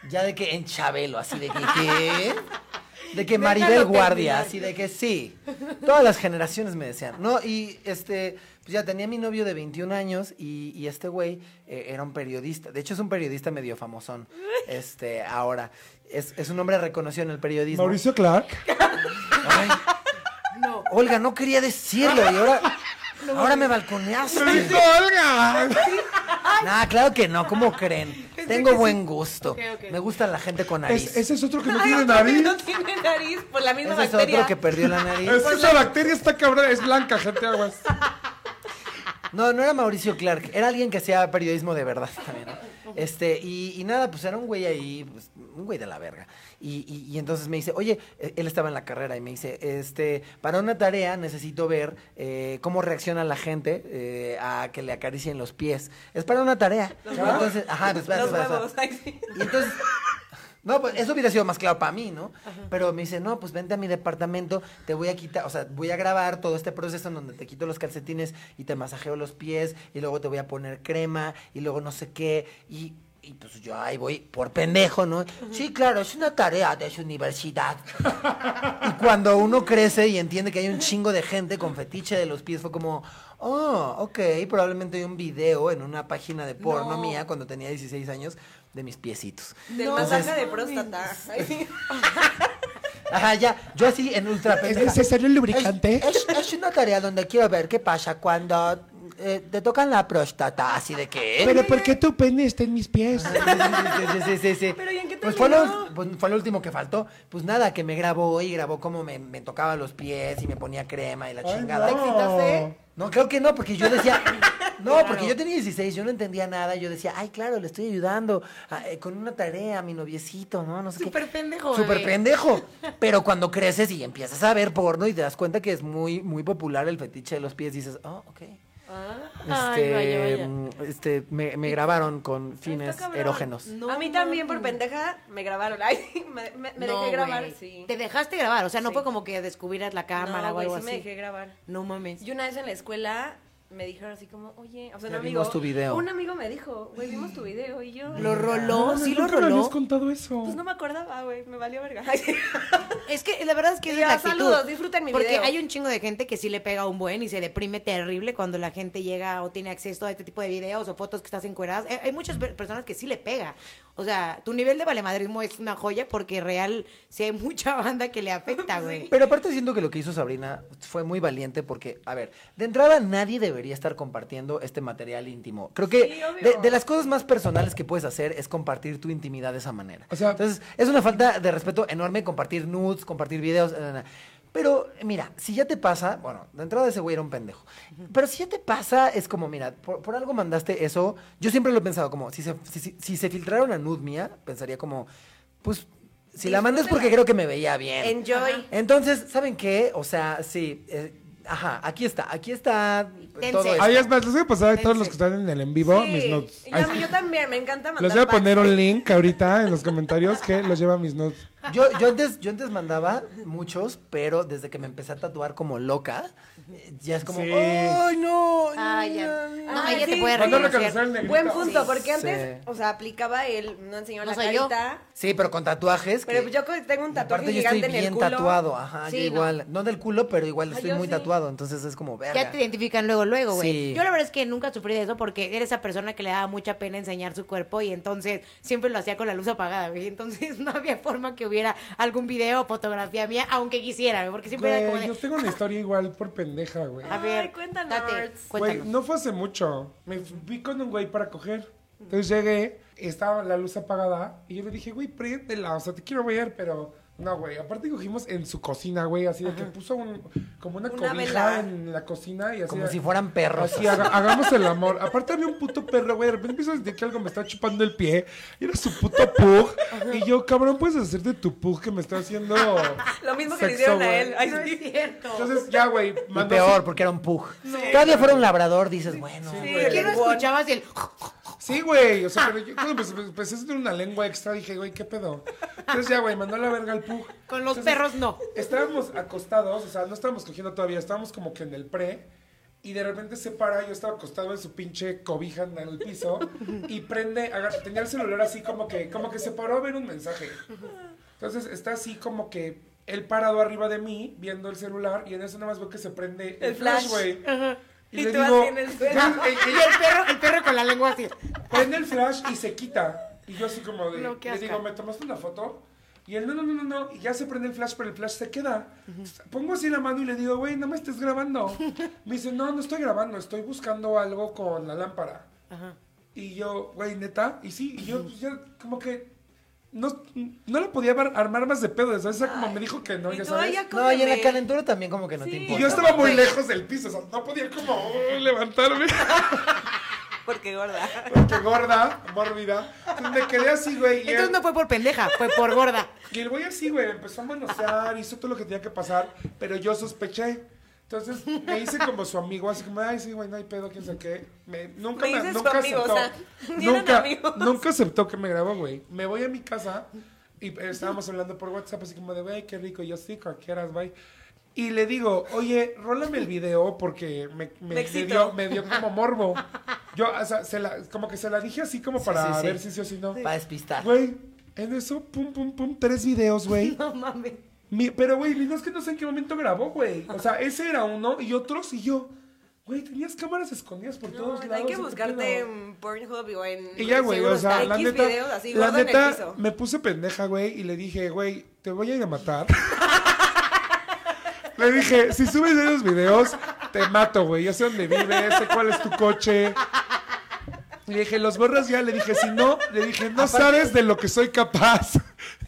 Speaker 4: ya de que en Chabelo, así de que, ¿qué? De que Maribel
Speaker 1: Déjalo
Speaker 4: Guardia,
Speaker 1: terminar.
Speaker 4: así de que sí. Todas las generaciones me decían, ¿no? Y este, pues ya tenía mi novio de 21 años y, y este güey eh, era un periodista. De hecho, es un periodista medio famosón. Este, ahora. Es, es un hombre reconocido en el periodismo.
Speaker 3: Mauricio Clark.
Speaker 4: Ay,
Speaker 1: No.
Speaker 4: Olga, no quería decirlo y ahora, ahora me balconeaste.
Speaker 3: ¡Me dijo Olga!
Speaker 4: Nah, claro que no, ¿cómo creen? Tengo buen gusto. Me gusta la gente con nariz.
Speaker 3: Es- ese es otro que no
Speaker 2: Ay,
Speaker 3: tiene
Speaker 2: otro que
Speaker 3: nariz.
Speaker 2: No tiene nariz por la misma
Speaker 4: Ese es
Speaker 2: bacteria.
Speaker 4: otro que perdió la nariz.
Speaker 3: Es que esa bacteria está cabrón. Es blanca, gente aguas.
Speaker 4: No, no era Mauricio Clark, era alguien que hacía periodismo de verdad también. ¿no? Este, y, y nada, pues era un güey ahí, pues, un güey de la verga. Y, y- y entonces me dice, oye, eh, él estaba en la carrera y me dice, este, para una tarea necesito ver eh, cómo reacciona la gente eh, a que le acaricien los pies. Es para una tarea. Entonces, ajá, pues, espérate,
Speaker 2: Los
Speaker 4: espérate,
Speaker 2: huevos.
Speaker 4: espérate.
Speaker 2: ay, sí.
Speaker 4: Y entonces, no, pues eso hubiera sido más claro para mí, ¿no? Pero me dice, no, pues vente a mi departamento, te voy a quitar, o sea, voy a grabar todo este proceso en donde te quito los calcetines y te masajeo los pies y luego te voy a poner crema y luego no sé qué y... y, pues yo ahí voy por pendejo, ¿no? Sí, claro, es una tarea de su universidad. y cuando uno crece y entiende que hay un chingo de gente con fetiche de los pies, fue como, oh, ok, probablemente hay un video en una página de porno
Speaker 2: No.
Speaker 4: mía cuando tenía 16 años de mis piecitos.
Speaker 2: Del
Speaker 4: No,
Speaker 2: masaje
Speaker 4: mames.
Speaker 2: de próstata. Ay, sí.
Speaker 4: Ajá, ya, yo así en ultra
Speaker 5: ¿Es
Speaker 4: pendeja.
Speaker 5: necesario el lubricante?
Speaker 4: Es, es- es una tarea donde quiero ver qué pasa cuando eh, te tocan la próstata, así de que... ¿eh?
Speaker 5: Pero ¿por qué tu pene está en mis pies?
Speaker 4: Sí, sí, sí, sí, sí.
Speaker 2: Pero, ¿y en qué
Speaker 4: pues fue,
Speaker 2: terminó?
Speaker 4: lo, pues fue lo último que faltó. Pues nada, que me grabó y grabó cómo me, me tocaba los pies y me ponía crema y la
Speaker 3: Ay,
Speaker 4: chingada.
Speaker 3: no. ¿Te
Speaker 4: excitaste? No, creo que no, porque yo decía... No, porque yo tenía 16, yo no entendía nada. Yo decía, ay, claro, le estoy ayudando ah, eh, con una tarea a mi noviecito, ¿no? No sé qué.
Speaker 1: Súper pendejo.
Speaker 4: Súper
Speaker 1: bebé.
Speaker 4: pendejo. Pero cuando creces y empiezas a ver porno y te das cuenta que es muy, muy popular el fetiche de los pies, dices, oh, ok.
Speaker 1: Ah. Ay,
Speaker 4: Este,
Speaker 1: vaya, vaya.
Speaker 4: mm, este, me, me grabaron con fines
Speaker 2: Está cabrón.
Speaker 4: erógenos.
Speaker 2: a mí también por pendeja me grabaron. Ay, sí, me, me- me
Speaker 1: No,
Speaker 2: dejé grabar.
Speaker 1: güey.
Speaker 2: Sí.
Speaker 1: Te dejaste grabar, o sea, no
Speaker 2: Sí.
Speaker 1: fue como que descubrieras la cámara
Speaker 2: no,
Speaker 1: o
Speaker 2: güey,
Speaker 1: algo
Speaker 2: sí me
Speaker 1: así.
Speaker 2: dejé grabar.
Speaker 1: No mames.
Speaker 2: Y una vez en la escuela me dijeron así como, oye, o sea, un
Speaker 4: Ya
Speaker 2: amigo.
Speaker 4: vimos tu video.
Speaker 2: Un amigo me dijo, güey, vimos tu video y yo.
Speaker 1: Lo roló,
Speaker 3: Mames,
Speaker 1: sí lo
Speaker 3: nunca me habías
Speaker 1: roló.
Speaker 3: contado eso.
Speaker 2: Pues no me acordaba, güey, me valió verga. Ay, sí.
Speaker 1: Es que la verdad es que esa
Speaker 2: Y
Speaker 1: es la
Speaker 2: ya,
Speaker 1: actitud.
Speaker 2: saludos, disfruten mi
Speaker 1: Porque
Speaker 2: video.
Speaker 1: hay un chingo de gente que sí le pega un buen y se deprime terrible cuando la gente llega o tiene acceso a este tipo de videos o fotos que estás encueradas. Eh, Hay muchas per- personas que sí le pega. O sea, tu nivel de valemadrismo es una joya porque real sí hay mucha banda que le afecta, güey.
Speaker 4: Pero aparte siento que lo que hizo Sabrina fue muy valiente porque, a ver, de entrada nadie debería estar compartiendo este material íntimo. Creo que
Speaker 2: Sí, obvio.
Speaker 4: de, de las cosas más personales que puedes hacer es compartir tu intimidad de esa manera.
Speaker 3: O sea-
Speaker 4: Entonces, es una falta de respeto enorme compartir nudes, compartir videos. na, na, na. Pero, mira, si ya te pasa, bueno, de entrada ese güey era un pendejo. Pero si ya te pasa, es como, mira, por, por algo mandaste eso. Yo siempre lo he pensado como, si se, si, si- si se filtrara una nude mía, pensaría como, pues, si la mandas porque creo que me veía bien.
Speaker 2: Enjoy.
Speaker 4: Entonces, ¿saben qué? O sea, sí. eh, ajá, aquí está, aquí está
Speaker 1: Dense.
Speaker 4: todo esto.
Speaker 3: Ahí es más, les voy a pasar a todos
Speaker 1: Dense.
Speaker 3: los que están en el en vivo
Speaker 2: Sí.
Speaker 3: mis notes.
Speaker 2: Y
Speaker 3: Ahí
Speaker 2: a mí
Speaker 3: está.
Speaker 2: yo también, me encanta mandar
Speaker 3: Les voy a
Speaker 2: packs.
Speaker 3: poner un link ahorita en los comentarios que los lleva mis notes.
Speaker 4: Yo, yo, antes, yo antes mandaba muchos, pero desde que me empecé a tatuar como loca, eh, ya es como,
Speaker 3: Sí.
Speaker 4: ¡ay, no!
Speaker 1: Ay, ya.
Speaker 4: no,
Speaker 1: No,
Speaker 2: Ay,
Speaker 1: ella te
Speaker 2: sí.
Speaker 1: puede
Speaker 3: Cuando
Speaker 1: reconocer.
Speaker 3: reconocer el negrito.
Speaker 2: Buen punto, porque antes,
Speaker 4: Sí.
Speaker 2: o sea, aplicaba el no enseñó
Speaker 1: No
Speaker 2: la
Speaker 1: soy yo.
Speaker 2: carita.
Speaker 4: Sí, pero con tatuajes.
Speaker 2: Pero pues
Speaker 4: que-
Speaker 2: yo co- tengo un
Speaker 4: y
Speaker 2: tatuaje
Speaker 4: aparte yo
Speaker 2: gigante
Speaker 4: estoy bien
Speaker 2: en el culo.
Speaker 4: tatuado, ajá, yo
Speaker 1: Sí, no.
Speaker 4: igual. No. del culo, pero igual estoy
Speaker 2: yo
Speaker 4: muy
Speaker 2: sí.
Speaker 4: tatuado, entonces es como, verga.
Speaker 1: Ya te identifican luego, luego, güey.
Speaker 4: Sí.
Speaker 1: Yo la verdad es que nunca sufrí de eso porque era esa persona que le daba mucha pena enseñar su cuerpo y entonces siempre lo hacía con la luz apagada, güey. Entonces no había forma que hubiera algún video o fotografía mía, aunque quisiera, güey, porque siempre era
Speaker 3: Güey,
Speaker 1: como
Speaker 3: yo
Speaker 1: de...
Speaker 3: tengo una historia igual por pendeja, güey.
Speaker 1: A ver,
Speaker 2: Ay, cuéntanos.
Speaker 1: date,
Speaker 3: Güey,
Speaker 1: cuéntanos.
Speaker 3: no fue hace mucho. Me fui con un güey para coger. Entonces llegué, estaba la luz apagada y yo le dije, güey, préndela, o sea, te quiero ver, pero no, güey. Aparte cogimos en su cocina, güey, así de que puso un, como una,
Speaker 2: Una
Speaker 3: cobija
Speaker 2: vela.
Speaker 3: en la cocina y así.
Speaker 4: Como
Speaker 3: de-
Speaker 4: si fueran perros.
Speaker 3: Así, haga- hagamos el amor. Aparte había un puto perro, güey. De repente empiezo a sentir que algo me está chupando el pie. Y era su puto pug. Y yo, cabrón, puedes hacer de tu pug que me está haciendo.
Speaker 2: Lo mismo que le
Speaker 3: sexo,
Speaker 2: hicieron a
Speaker 3: güey.
Speaker 2: él. Ay, sí.
Speaker 3: Entonces, ya, güey.
Speaker 4: Y
Speaker 3: mandó
Speaker 4: peor, porque era un pug. Todavía fuera un labrador, dices, bueno.
Speaker 3: Sí,
Speaker 2: güey.
Speaker 1: ¿Qué no
Speaker 2: Bueno.
Speaker 1: escuchabas el...
Speaker 3: Sí, güey. O sea, pero yo cuando empecé, empecé a sentir una lengua extra, dije, güey, ¿qué pedo? Entonces ya, güey, mandó a la verga al pug.
Speaker 1: Con los
Speaker 3: Entonces,
Speaker 1: perros no.
Speaker 3: Estábamos acostados, o sea, no estábamos cogiendo todavía, estábamos como que en el pre. Y de repente se para, yo estaba acostado en su pinche cobija en el piso. Y prende, agar- tenía el celular así como que, como que se paró a ver un mensaje. Entonces está así como que él parado arriba de mí, viendo el celular. Y en eso nada más veo que se prende el,
Speaker 2: El
Speaker 3: flash,
Speaker 2: flash.
Speaker 3: güey.
Speaker 2: Y tú así en el suelo.
Speaker 3: Entonces, eh,
Speaker 1: Y
Speaker 3: eh,
Speaker 1: el perro, el perro con la lengua así.
Speaker 3: prende el flash y se quita. Y yo así como de,
Speaker 1: No, qué
Speaker 3: le
Speaker 1: asco.
Speaker 3: digo, ¿me tomaste una foto? Y él, no, no, no, no, no. Y ya se prende el flash, pero el flash se queda. Pongo así la mano y le digo, güey, no me estés grabando. Me dice, no, no estoy grabando, estoy buscando algo con la lámpara. Y yo, güey, neta, y sí, y yo pues, ya como que no, no le podía ar- armar más de pedo, ¿sabes? O sea, como me dijo que no,
Speaker 2: Y
Speaker 3: ya
Speaker 2: tú, ay,
Speaker 3: sabes.
Speaker 2: ya
Speaker 4: No, y en la
Speaker 2: cógeme.
Speaker 4: calentura también como que no te
Speaker 2: Sí.
Speaker 4: importa.
Speaker 3: Y yo estaba muy lejos del piso, o sea, no podía como uh, levantarme.
Speaker 2: Porque gorda.
Speaker 3: Porque gorda, mórbida. Entonces me quedé así, güey. Y,
Speaker 1: Entonces
Speaker 3: el-
Speaker 1: no fue por pendeja, fue por gorda.
Speaker 3: y el güey así, güey, empezó a manosear, hizo todo lo que tenía que pasar, pero yo sospeché. Entonces me hice como su amigo, así como, ay, sí, güey, no hay pedo, quién sabe qué. Me, nunca
Speaker 2: Me
Speaker 3: me,
Speaker 2: dices tu
Speaker 3: nunca
Speaker 2: amigo,
Speaker 3: aceptó.
Speaker 2: o sea, tienen
Speaker 3: nunca,
Speaker 2: amigos.
Speaker 3: nunca aceptó que me grabó, güey. Me voy a mi casa y eh, estábamos hablando por WhatsApp, así como de, güey, qué rico, y yo sí, cualquiera, bye. Y le digo, oye, rólame el video porque me, me-
Speaker 2: Me
Speaker 3: me
Speaker 2: excito.
Speaker 3: dio, me dio como morbo. Yo, o sea, se la- como que se la dije así como para
Speaker 4: sí, sí.
Speaker 3: ver si sí o si no.
Speaker 4: Para despistar.
Speaker 3: Güey, en eso, pum, pum, pum, tres videos, güey.
Speaker 1: No mames.
Speaker 3: Mi- pero, güey, no es que no sé en qué momento grabó, güey. O sea, ese era uno y otros y yo. Güey, tenías cámaras escondidas por
Speaker 2: No,
Speaker 3: todos lados.
Speaker 2: hay que
Speaker 3: ¿o qué
Speaker 2: buscarte
Speaker 3: pedo?
Speaker 2: en Pornhub o en.
Speaker 3: Y ya, güey, o sea,
Speaker 2: X
Speaker 3: la neta,
Speaker 2: videos así,
Speaker 3: la
Speaker 2: gorda en el
Speaker 3: neta
Speaker 2: piso.
Speaker 3: me puse pendeja, güey, y le dije, güey, te voy a ir a matar. le dije, si subes esos videos, te mato, güey, yo sé dónde vives, sé cuál es tu coche. Le dije, los borras ya, le dije, si no, le dije, no sabes de lo que soy capaz.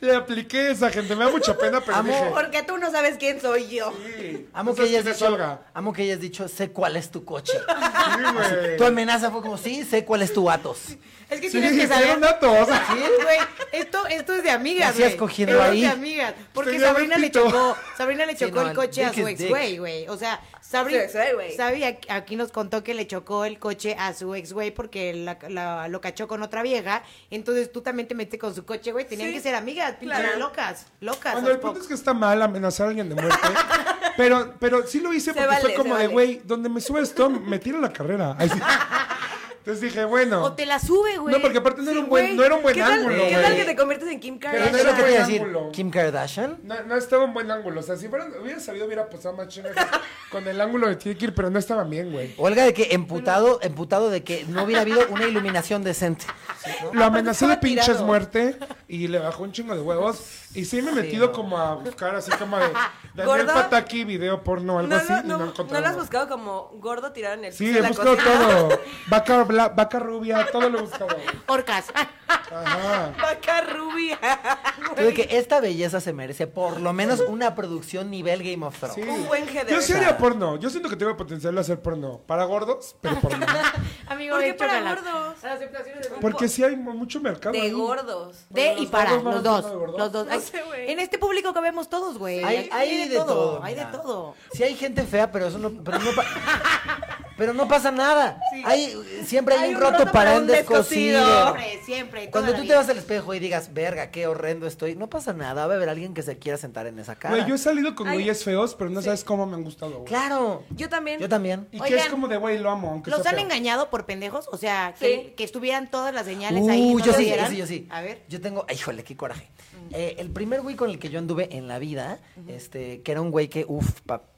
Speaker 3: le apliqué esa gente, me da mucha pena, pero
Speaker 4: Amor.
Speaker 3: dije...
Speaker 2: Porque tú no sabes quién soy yo.
Speaker 3: sí,
Speaker 4: Amo
Speaker 3: no
Speaker 4: que,
Speaker 3: sabes
Speaker 4: hayas
Speaker 3: quién es
Speaker 4: dicho,
Speaker 3: Olga.
Speaker 4: amo que hayas dicho, sé cuál es tu coche.
Speaker 3: Sí, güey.
Speaker 4: Tu amenaza fue como, sí, sé cuál es tu Atos.
Speaker 1: Es que
Speaker 3: Sí,
Speaker 1: tienes que
Speaker 3: era
Speaker 1: saber.
Speaker 3: un dato, o sea,
Speaker 1: Sí, güey. Esto, esto es de amigas,
Speaker 4: Así
Speaker 1: güey.
Speaker 4: has cogido
Speaker 1: Esto es
Speaker 4: ahí.
Speaker 1: de amigas. Porque
Speaker 3: Tenía
Speaker 1: Sabrina
Speaker 3: buen
Speaker 1: le
Speaker 3: pito.
Speaker 1: chocó, Sabrina le
Speaker 4: Sí,
Speaker 1: chocó
Speaker 4: no,
Speaker 1: el coche a
Speaker 4: dick
Speaker 1: su
Speaker 4: is
Speaker 1: ex
Speaker 4: dick.
Speaker 1: güey, güey. O sea, Sabri,
Speaker 2: Su ex güey, güey.
Speaker 1: Sabri aquí, aquí nos contó que le chocó el coche a su ex güey porque la, la- lo cachó con otra vieja. Entonces tú también te metes con su coche, güey. Tenían
Speaker 2: Sí.
Speaker 1: que ser amigas, pinches
Speaker 2: Claro.
Speaker 1: locas, locas.
Speaker 3: Bueno, el
Speaker 1: Ospo.
Speaker 3: punto es que está mal amenazar a alguien de muerte. pero, pero sí lo hice
Speaker 2: Se
Speaker 3: porque fue
Speaker 2: vale,
Speaker 3: como
Speaker 2: se
Speaker 3: de,
Speaker 2: vale.
Speaker 3: güey, donde me sube esto, me tira la carrera. Ay, sí. Entonces dije,
Speaker 1: O
Speaker 3: bueno.
Speaker 1: te la sube, güey.
Speaker 3: No, porque aparte no
Speaker 2: Sí,
Speaker 3: era un buen,
Speaker 2: güey.
Speaker 3: no era un buen
Speaker 2: ¿Qué tal-
Speaker 3: ángulo,
Speaker 2: ¿Qué tal
Speaker 3: güey.
Speaker 2: que te conviertes en Kim
Speaker 3: Pero
Speaker 4: ¿Eso
Speaker 3: no
Speaker 4: es lo
Speaker 3: era
Speaker 4: que
Speaker 2: Kardashian?
Speaker 4: te
Speaker 3: buen
Speaker 4: iba a decir?
Speaker 3: ángulo.
Speaker 4: ¿Kim Kardashian?
Speaker 3: No, no estaba un buen ángulo. O sea, si fuera, hubiera sabido, hubiera pasado más chingas con el ángulo de tiene que ir, pero no estaba bien, güey.
Speaker 4: Olga, de que emputado, emputado de que no hubiera habido una iluminación decente.
Speaker 3: Lo amenacé de
Speaker 2: estaba
Speaker 3: pinches
Speaker 2: tirado.
Speaker 3: muerte y le bajó un chingo de huevos. Y sí me he metido
Speaker 4: no.
Speaker 3: como a buscar así como de Daniel
Speaker 2: Gordo.
Speaker 3: Pataki, video porno, algo
Speaker 2: No,
Speaker 3: así,
Speaker 2: no,
Speaker 3: y no,
Speaker 2: no,
Speaker 3: encontré
Speaker 2: no lo has
Speaker 3: nada.
Speaker 2: buscado como gordo tirado en el
Speaker 3: Sí,
Speaker 2: piso de
Speaker 3: he
Speaker 2: la
Speaker 3: buscado
Speaker 2: cocina?
Speaker 3: todo. Vaca, bla- vaca rubia, todo lo he buscado.
Speaker 1: Orcas.
Speaker 3: Ajá.
Speaker 2: Vaca rubia.
Speaker 4: Tú de que esta belleza se merece por lo menos una producción nivel Game of Thrones.
Speaker 3: Sí.
Speaker 2: Un buen GD.
Speaker 3: Yo sí haría porno. Yo siento que tengo el potencial de hacer porno. Para gordos, pero porno.
Speaker 1: Amigo,
Speaker 2: ¿Por qué
Speaker 1: ven,
Speaker 2: para
Speaker 1: chócalas.
Speaker 2: gordos?
Speaker 1: Ah, pues,
Speaker 3: Porque sí hay mu- mucho mercado.
Speaker 2: De
Speaker 3: ahí.
Speaker 2: gordos.
Speaker 1: De
Speaker 3: Los
Speaker 1: y para,
Speaker 3: gordos no
Speaker 1: los
Speaker 3: van
Speaker 1: dos,
Speaker 3: siendo de gordos.
Speaker 1: los dos.
Speaker 2: No
Speaker 1: Ay,
Speaker 2: sé, güey.
Speaker 1: en este público cabemos todos, güey.
Speaker 4: Hay,
Speaker 1: Aquí
Speaker 4: hay de todo.
Speaker 1: hay de
Speaker 4: mira.
Speaker 1: todo.
Speaker 4: Sí hay gente fea, pero eso no, pero no, pa- pero no pasa nada. Hay, siempre hay, un roto, para un descosido.
Speaker 1: Siempre, siempre. toda
Speaker 4: Cuando
Speaker 1: la
Speaker 4: tú te
Speaker 1: vida.
Speaker 4: vas al espejo y digas, verga, qué horrendo estoy, no pasa nada. Va a haber alguien que se quiera sentar en esa cara.
Speaker 3: Güey, yo he salido con
Speaker 2: Ay.
Speaker 3: güeyes feos, pero no sabes cómo me han gustado, güey.
Speaker 4: Claro.
Speaker 2: Yo también.
Speaker 4: Yo también.
Speaker 3: Y que
Speaker 1: Oigan,
Speaker 3: es como de, güey, lo amo, aunque
Speaker 1: ¿Los
Speaker 3: sea
Speaker 1: han
Speaker 3: feo.
Speaker 1: engañado por pendejos? O sea, que,
Speaker 2: Sí.
Speaker 1: que estuvieran todas las señales ahí. y
Speaker 4: Uh,
Speaker 1: no
Speaker 4: yo
Speaker 1: te
Speaker 4: sí, yo
Speaker 1: vieran.
Speaker 4: sí, yo sí.
Speaker 1: A ver. Mm.
Speaker 4: Yo tengo, ay, híjole, qué coraje. Eh, el primer güey con el que yo anduve en la vida, este, que era un güey que, uff,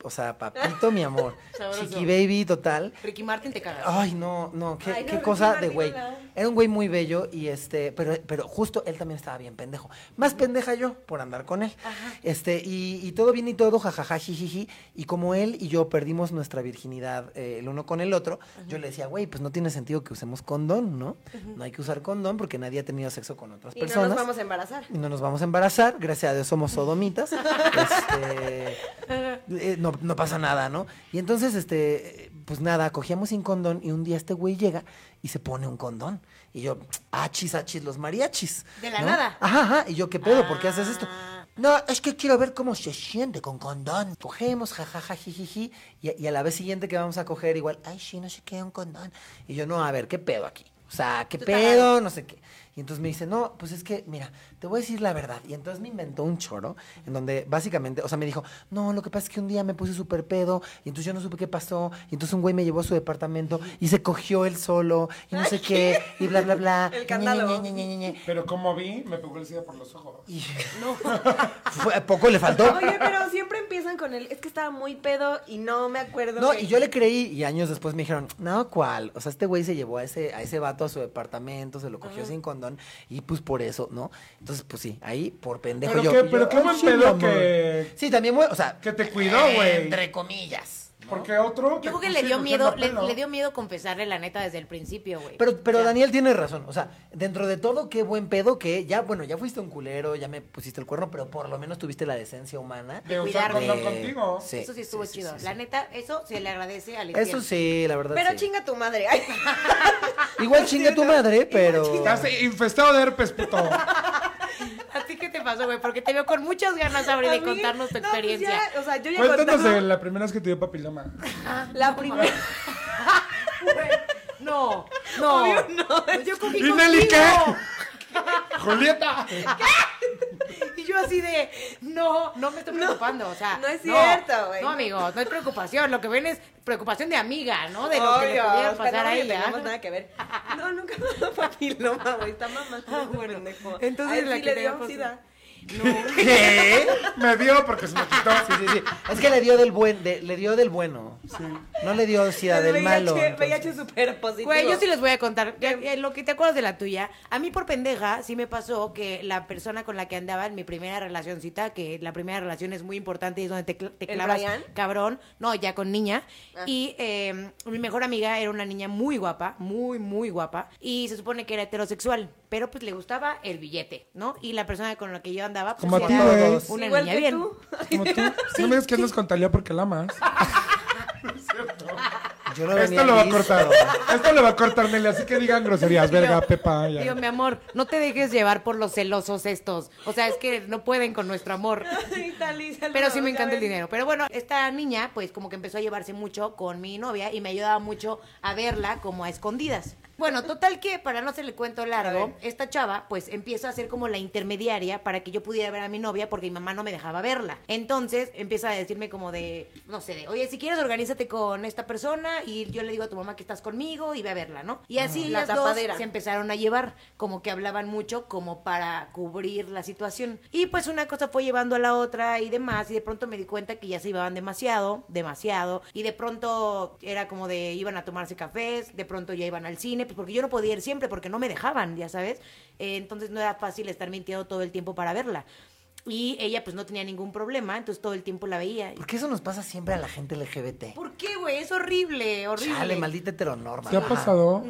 Speaker 4: o sea, papito, mi amor.
Speaker 1: Sabroso.
Speaker 4: Chiqui baby, total.
Speaker 1: Ricky Martin te cagas.
Speaker 4: Ay, no, no, qué,
Speaker 2: Ay, no,
Speaker 4: qué
Speaker 2: Ricky
Speaker 4: cosa de
Speaker 2: Martin,
Speaker 4: güey.
Speaker 2: hola.
Speaker 4: Era un güey muy bello y este, pero, pero justo él también estaba bien pendejo. Más pendeja yo por andar con él. Este, y, y todo bien y todo, jajaja, jijiji. Y como él y yo perdimos nuestra virginidad eh, el uno con el otro, yo le decía, güey, pues no tiene sentido que usemos condón, ¿no? No hay que usar condón porque nadie ha tenido sexo con otras
Speaker 2: Y no
Speaker 4: personas.
Speaker 2: nos vamos a embarazar.
Speaker 4: Y no nos vamos a embarazar, gracias a Dios somos sodomitas. Este, eh, no, no pasa nada, ¿no? Y entonces, este, eh, pues nada, cogíamos sin condón y un día este güey llega y se pone un condón. Y yo, achis, achis, los mariachis.
Speaker 1: De la
Speaker 4: ¿no?
Speaker 1: nada.
Speaker 4: Ajá, ajá. Y yo, ¿qué pedo? ¿Por qué haces esto?
Speaker 1: Ah.
Speaker 4: No, es que quiero ver cómo se siente con condón. Cogemos, jajaja, jijiji. Y, a- y a la vez siguiente que vamos a coger, igual, ay, sí, no sé qué, un condón. Y yo, no, a ver, ¿qué pedo aquí? O sea, ¿qué
Speaker 2: Tú
Speaker 4: pedo? No sé qué. Y entonces me dice, no, pues es que, mira, te voy a decir la verdad. Y entonces me inventó un choro en donde básicamente, o sea, me dijo, no, lo que pasa es que un día me puse súper pedo y entonces yo no supe qué pasó. Y entonces un güey me llevó a su departamento y se cogió él solo y no sé qué y bla, bla, bla.
Speaker 2: El
Speaker 4: Ñe,
Speaker 2: catálogo.
Speaker 4: Ñe, Ñe, Ñe, Ñe, Ñe.
Speaker 3: Pero como vi, me pegó el sida por los ojos.
Speaker 4: Y Fue- poco le faltó.
Speaker 2: Oye, pero siempre empiezan con el. Es que estaba muy pedo y no me acuerdo.
Speaker 4: No,
Speaker 2: que-
Speaker 4: y yo le creí y años después me dijeron, no, ¿cuál? O sea, este güey se llevó a ese, a ese vato a su departamento, se lo cogió sin condón y pues por eso, ¿no? Entonces, pues sí, ahí por pendejo
Speaker 3: Pero
Speaker 4: yo.
Speaker 3: qué-
Speaker 4: y yo,
Speaker 3: pero qué
Speaker 4: "Ay,
Speaker 3: buen
Speaker 4: sí,
Speaker 3: pedo
Speaker 4: mi amor".
Speaker 3: que-
Speaker 4: Sí, también, güey, o sea... eh,
Speaker 3: que te cuidó, güey.
Speaker 4: Entre comillas.
Speaker 3: Porque otro.
Speaker 1: Yo creo que
Speaker 3: te
Speaker 1: le
Speaker 3: puse
Speaker 1: dio miedo,
Speaker 3: ilusión de
Speaker 1: le,
Speaker 3: pelo.
Speaker 1: le dio miedo confesarle la neta desde el principio, güey.
Speaker 4: Pero, pero
Speaker 1: O sea,
Speaker 4: Daniel tiene razón. O sea, dentro de todo, qué buen pedo que ya, bueno, ya fuiste un culero, ya me pusiste el cuerno, pero por lo menos tuviste la decencia humana.
Speaker 3: De usar
Speaker 1: cuidarme.
Speaker 3: condón
Speaker 4: Eh,
Speaker 3: contigo.
Speaker 4: sí,
Speaker 1: eso sí estuvo
Speaker 4: sí,
Speaker 1: chido.
Speaker 4: sí, sí.
Speaker 1: La neta, eso se le agradece al
Speaker 4: Eso sí, la verdad.
Speaker 2: Pero
Speaker 4: sí.
Speaker 2: chinga tu madre. Ay.
Speaker 4: Igual chinga tu madre, pero.
Speaker 3: Estás infestado de herpes, puto.
Speaker 1: ¿A ti qué te pasó, güey? Porque te veo con muchas ganas, Abre, de
Speaker 2: Amiga,
Speaker 1: contarnos tu
Speaker 2: no, pues
Speaker 1: experiencia.
Speaker 2: ya, o sea, yo ya
Speaker 3: Cuéntanos
Speaker 2: contaba-
Speaker 3: de la primera vez que te dio papiloma.
Speaker 2: la primera.
Speaker 1: No, no.
Speaker 2: Obvio no.
Speaker 1: Yo cogí
Speaker 3: ¿Y Nelly qué?
Speaker 1: contigo.
Speaker 3: ¡Julieta!
Speaker 1: Y yo así de, no, no me estoy preocupando, o sea.
Speaker 2: no es cierto, güey.
Speaker 1: No, amigo, no hay preocupación. Lo que ven es preocupación de amiga, ¿no? De lo que le
Speaker 2: Obvio,
Speaker 1: pudiera
Speaker 2: ojalá
Speaker 1: pasar
Speaker 2: no
Speaker 1: a
Speaker 2: que
Speaker 1: ella.
Speaker 2: tengamos nada que ver. No, nunca me ha dado papiloma, güey. Está mamá. bueno, pendejo.
Speaker 1: Ah, entonces
Speaker 2: A él
Speaker 1: la
Speaker 2: sí
Speaker 1: que
Speaker 2: le
Speaker 1: te
Speaker 2: dio
Speaker 1: dio fue-
Speaker 2: sida.
Speaker 4: ¿Qué?
Speaker 3: Me dio porque se me quitó.
Speaker 4: Sí, sí, sí. Es que le dio del buen, de- le dio del bueno. No le dio sida
Speaker 2: El
Speaker 4: del malo.
Speaker 2: VIH,
Speaker 4: entonces.
Speaker 2: VIH super positivo.
Speaker 1: Güey, yo sí les voy a contar. Ya- ya lo que te acuerdas de la tuya, a mí por pendeja sí me pasó que la persona con la que andaba en mi primera relacioncita, que la primera relación es muy importante y es donde te, cl- te
Speaker 2: ¿El
Speaker 1: clavas,
Speaker 2: Brian?
Speaker 1: cabrón, no, ya con niña.
Speaker 2: Ah.
Speaker 1: Y eh, mi mejor amiga era una niña muy guapa, muy, muy guapa, y se supone que era heterosexual, pero pues le gustaba el billete, ¿no? Y la persona con la que yo andaba, pues
Speaker 3: Como a ti,
Speaker 1: era
Speaker 3: güey.
Speaker 1: una
Speaker 2: Igual
Speaker 1: niña
Speaker 2: que
Speaker 1: bien.
Speaker 2: tú.
Speaker 3: Como tú. no me digas que andas con Talía porque la amas. No es cierto.
Speaker 4: Yo no venía
Speaker 3: Esto lo va a
Speaker 4: listo.
Speaker 3: cortar. Esto lo va a cortar, Nelly. Así que digan groserías. Verga, Pepa. ya.
Speaker 1: Digo, mi amor, no te dejes llevar por los celosos estos. O sea, es que no pueden con nuestro amor.
Speaker 2: Ay, Tali, saludos,
Speaker 1: Pero sí me
Speaker 2: ya
Speaker 1: encanta el
Speaker 2: ven.
Speaker 1: dinero. Pero bueno, esta niña, pues como que empezó a llevarse mucho con mi novia y me ayudaba mucho a verla como a escondidas. Bueno, total que, para no hacerle cuento
Speaker 2: A
Speaker 1: largo,
Speaker 2: ver.
Speaker 1: esta chava, pues empieza a ser como la intermediaria para que yo pudiera ver a mi novia porque mi mamá no me dejaba verla. Entonces empieza a decirme como de, no sé, de, oye, si quieres, organízate con esta persona y yo le digo a tu mamá que estás conmigo y ve a verla, ¿no? Y así
Speaker 2: Ah. La
Speaker 1: las dos
Speaker 2: tapadera.
Speaker 1: se empezaron a llevar, como que hablaban mucho como para cubrir la situación. Y pues una cosa fue llevando a la otra y demás, y de pronto me di cuenta que ya se llevaban demasiado, demasiado, y de pronto era como de iban a tomarse cafés, de pronto ya iban al cine, pues porque yo no podía ir siempre porque no me dejaban, ya sabes. Eh, entonces no era fácil estar mintiendo todo el tiempo para verla. Y ella pues no tenía ningún problema, entonces todo el tiempo la veía.
Speaker 4: ¿Por qué eso nos pasa siempre a la gente LGBT?
Speaker 1: ¿Por qué, güey? Es horrible, horrible.
Speaker 4: Chale, maldita heteronorma.
Speaker 3: ¿Te ha
Speaker 4: Ajá.
Speaker 3: pasado?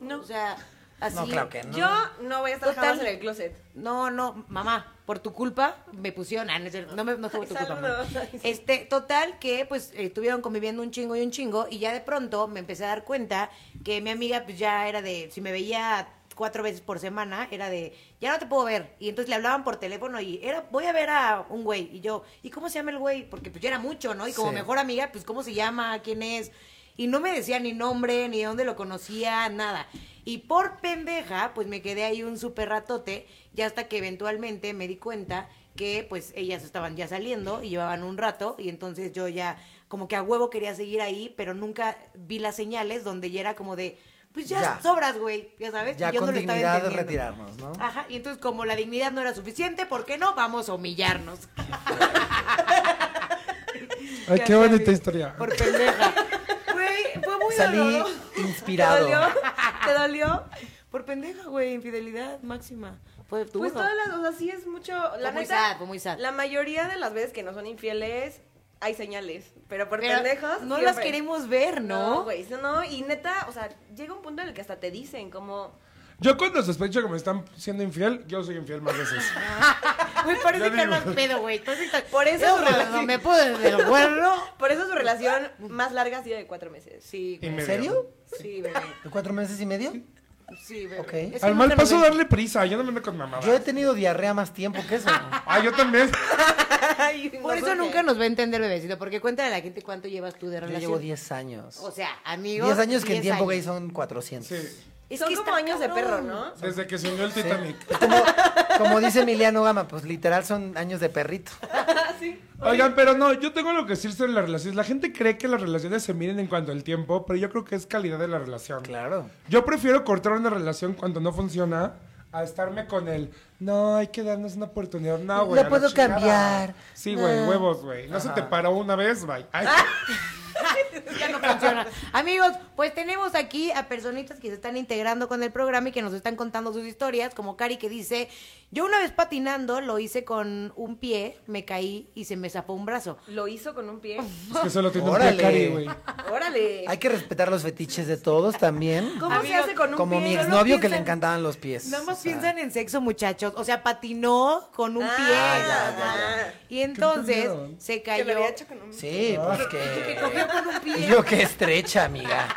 Speaker 1: No. O sea, así.
Speaker 4: No, claro que no.
Speaker 2: Yo no voy a estar
Speaker 1: Total.
Speaker 2: jamás en el closet.
Speaker 1: No, no, mamá, por tu culpa me pusieron. ah, no, es cierto, no, me, no fue por tu culpa. mamá.
Speaker 2: Saludos. Ay, sí.
Speaker 1: Este, total que pues eh, estuvieron conviviendo un chingo y un chingo y ya de pronto me empecé a dar cuenta que mi amiga pues ya era de si me veía cuatro veces por semana era de ya no te puedo ver y entonces le hablaban por teléfono y era voy a ver a un güey y yo y cómo se llama el güey porque pues yo era mucho no y como
Speaker 4: Sí.
Speaker 1: mejor amiga pues cómo se llama quién es y no me decía ni nombre ni de dónde lo conocía nada y por pendeja pues me quedé ahí un súper ratote ya hasta que eventualmente me di cuenta que pues ellas estaban ya saliendo y llevaban un rato y entonces yo ya como que a huevo quería seguir ahí, pero nunca vi las señales donde ya era como de, pues ya,
Speaker 4: Ya.
Speaker 1: sobras, güey, ya sabes.
Speaker 4: Ya
Speaker 1: y yo
Speaker 4: con
Speaker 1: no le estaba
Speaker 4: dignidad
Speaker 1: entendiendo. Ah,
Speaker 4: retirarnos, ¿no?
Speaker 1: Ajá, y entonces como la dignidad no era suficiente, ¿por qué no? Vamos a humillarnos.
Speaker 3: Ay,
Speaker 1: Ya
Speaker 3: qué
Speaker 1: sabes,
Speaker 3: bonita historia.
Speaker 1: Por pendeja.
Speaker 2: Güey, fue muy
Speaker 4: Salí
Speaker 2: doloroso.
Speaker 4: inspirado.
Speaker 2: ¿Te dolió? ¿Te dolió?
Speaker 1: Por pendeja, güey, infidelidad máxima. Fue duro.
Speaker 2: Pues todas las, o sea, sí es mucho. La
Speaker 1: Fue muy
Speaker 2: neta,
Speaker 1: sad, fue muy sad.
Speaker 2: La mayoría de las veces que nos son infieles, hay señales. Pero por
Speaker 1: Pero
Speaker 2: pendejos.
Speaker 1: no
Speaker 2: siempre.
Speaker 1: las queremos ver, ¿no?
Speaker 2: No, güey, no, no, y neta, o sea, llega un punto en el que hasta te dicen como,
Speaker 3: Yo cuando sospecho que me están siendo infiel, yo soy infiel más veces.
Speaker 1: Güey, parece
Speaker 3: Ya
Speaker 1: que
Speaker 3: digo.
Speaker 1: no pedo, güey. Entonces,
Speaker 2: Por eso
Speaker 1: yo
Speaker 2: su
Speaker 1: cuando
Speaker 2: relación-
Speaker 1: me pude desde el cuerno.
Speaker 2: por eso su relación más larga ha sido de cuatro meses.
Speaker 1: Sí,
Speaker 3: Y
Speaker 1: güey.
Speaker 3: me
Speaker 4: ¿En serio?
Speaker 1: Sí, bebé.
Speaker 4: ¿De cuatro meses y medio?
Speaker 1: Sí, bebé.
Speaker 4: Ok.
Speaker 1: Es que
Speaker 3: Al mal
Speaker 1: nunca lo
Speaker 3: paso
Speaker 1: ven.
Speaker 3: darle prisa. Yo no me ando con
Speaker 4: Yo he
Speaker 3: mamadas.
Speaker 4: tenido diarrea más tiempo que eso.
Speaker 3: Ah, yo también.
Speaker 2: Ay,
Speaker 1: Por eso
Speaker 2: nosotros-
Speaker 1: nunca nos va a entender, bebecito, porque cuéntale a la gente cuánto llevas tú de
Speaker 4: Yo
Speaker 1: relación.
Speaker 4: llevo 10 años.
Speaker 1: O sea, amigos.
Speaker 4: 10 años que en
Speaker 1: 10
Speaker 4: tiempo gay
Speaker 1: años.
Speaker 4: son 400.
Speaker 3: Sí.
Speaker 1: Es
Speaker 2: Son
Speaker 1: que
Speaker 2: como
Speaker 1: está
Speaker 2: años de
Speaker 1: cabrón.
Speaker 2: perro, ¿no?
Speaker 3: Desde que se unió el
Speaker 4: Sí.
Speaker 3: Titanic.
Speaker 4: Es como, como dice Emiliano Gama, pues literal son años de perrito.
Speaker 2: Ah, sí.
Speaker 3: Oigan, pero no, yo tengo lo que decir sobre las relaciones. La gente cree que las relaciones se miden en cuanto al tiempo, pero yo creo que es calidad de la relación.
Speaker 4: Claro.
Speaker 3: Yo prefiero cortar una relación cuando no funciona a estarme con el, no, hay que darnos una oportunidad. No, güey.
Speaker 4: La
Speaker 3: a
Speaker 4: puedo
Speaker 3: chingada".
Speaker 4: cambiar.
Speaker 3: Sí, güey,
Speaker 4: No.
Speaker 1: Ah.
Speaker 3: huevos, güey. No se te paró una vez, bye. Ay.
Speaker 1: ya no funciona. Amigos, pues tenemos aquí a personitas que se están integrando con el programa y que nos están contando sus historias, como Cari que dice, yo una vez patinando lo hice con un pie, me caí y se me zapó un brazo.
Speaker 2: Lo hizo con un pie.
Speaker 3: Es pues que solo tiene un
Speaker 4: Órale.
Speaker 3: pie Cari, güey.
Speaker 2: Órale.
Speaker 4: Hay que respetar los fetiches de todos también.
Speaker 2: ¿Cómo se
Speaker 1: Amigos,
Speaker 2: hace con un
Speaker 4: Como
Speaker 2: pie?
Speaker 4: mi
Speaker 2: No lo
Speaker 4: exnovio que le
Speaker 2: piensan.
Speaker 4: encantaban los pies.
Speaker 1: Nada más
Speaker 4: O sea,
Speaker 1: piensan en sexo, muchachos. O sea, patinó con un
Speaker 2: Ah,
Speaker 1: pie.
Speaker 2: ya, ya,
Speaker 1: Y entonces
Speaker 3: entendieron?
Speaker 1: se
Speaker 2: Que
Speaker 1: cayó.
Speaker 2: lo había hecho con un pie.
Speaker 4: Sí, pues
Speaker 2: Que
Speaker 4: que.
Speaker 2: cogió con un
Speaker 4: Y
Speaker 2: pie.
Speaker 4: yo qué estrecha, amiga.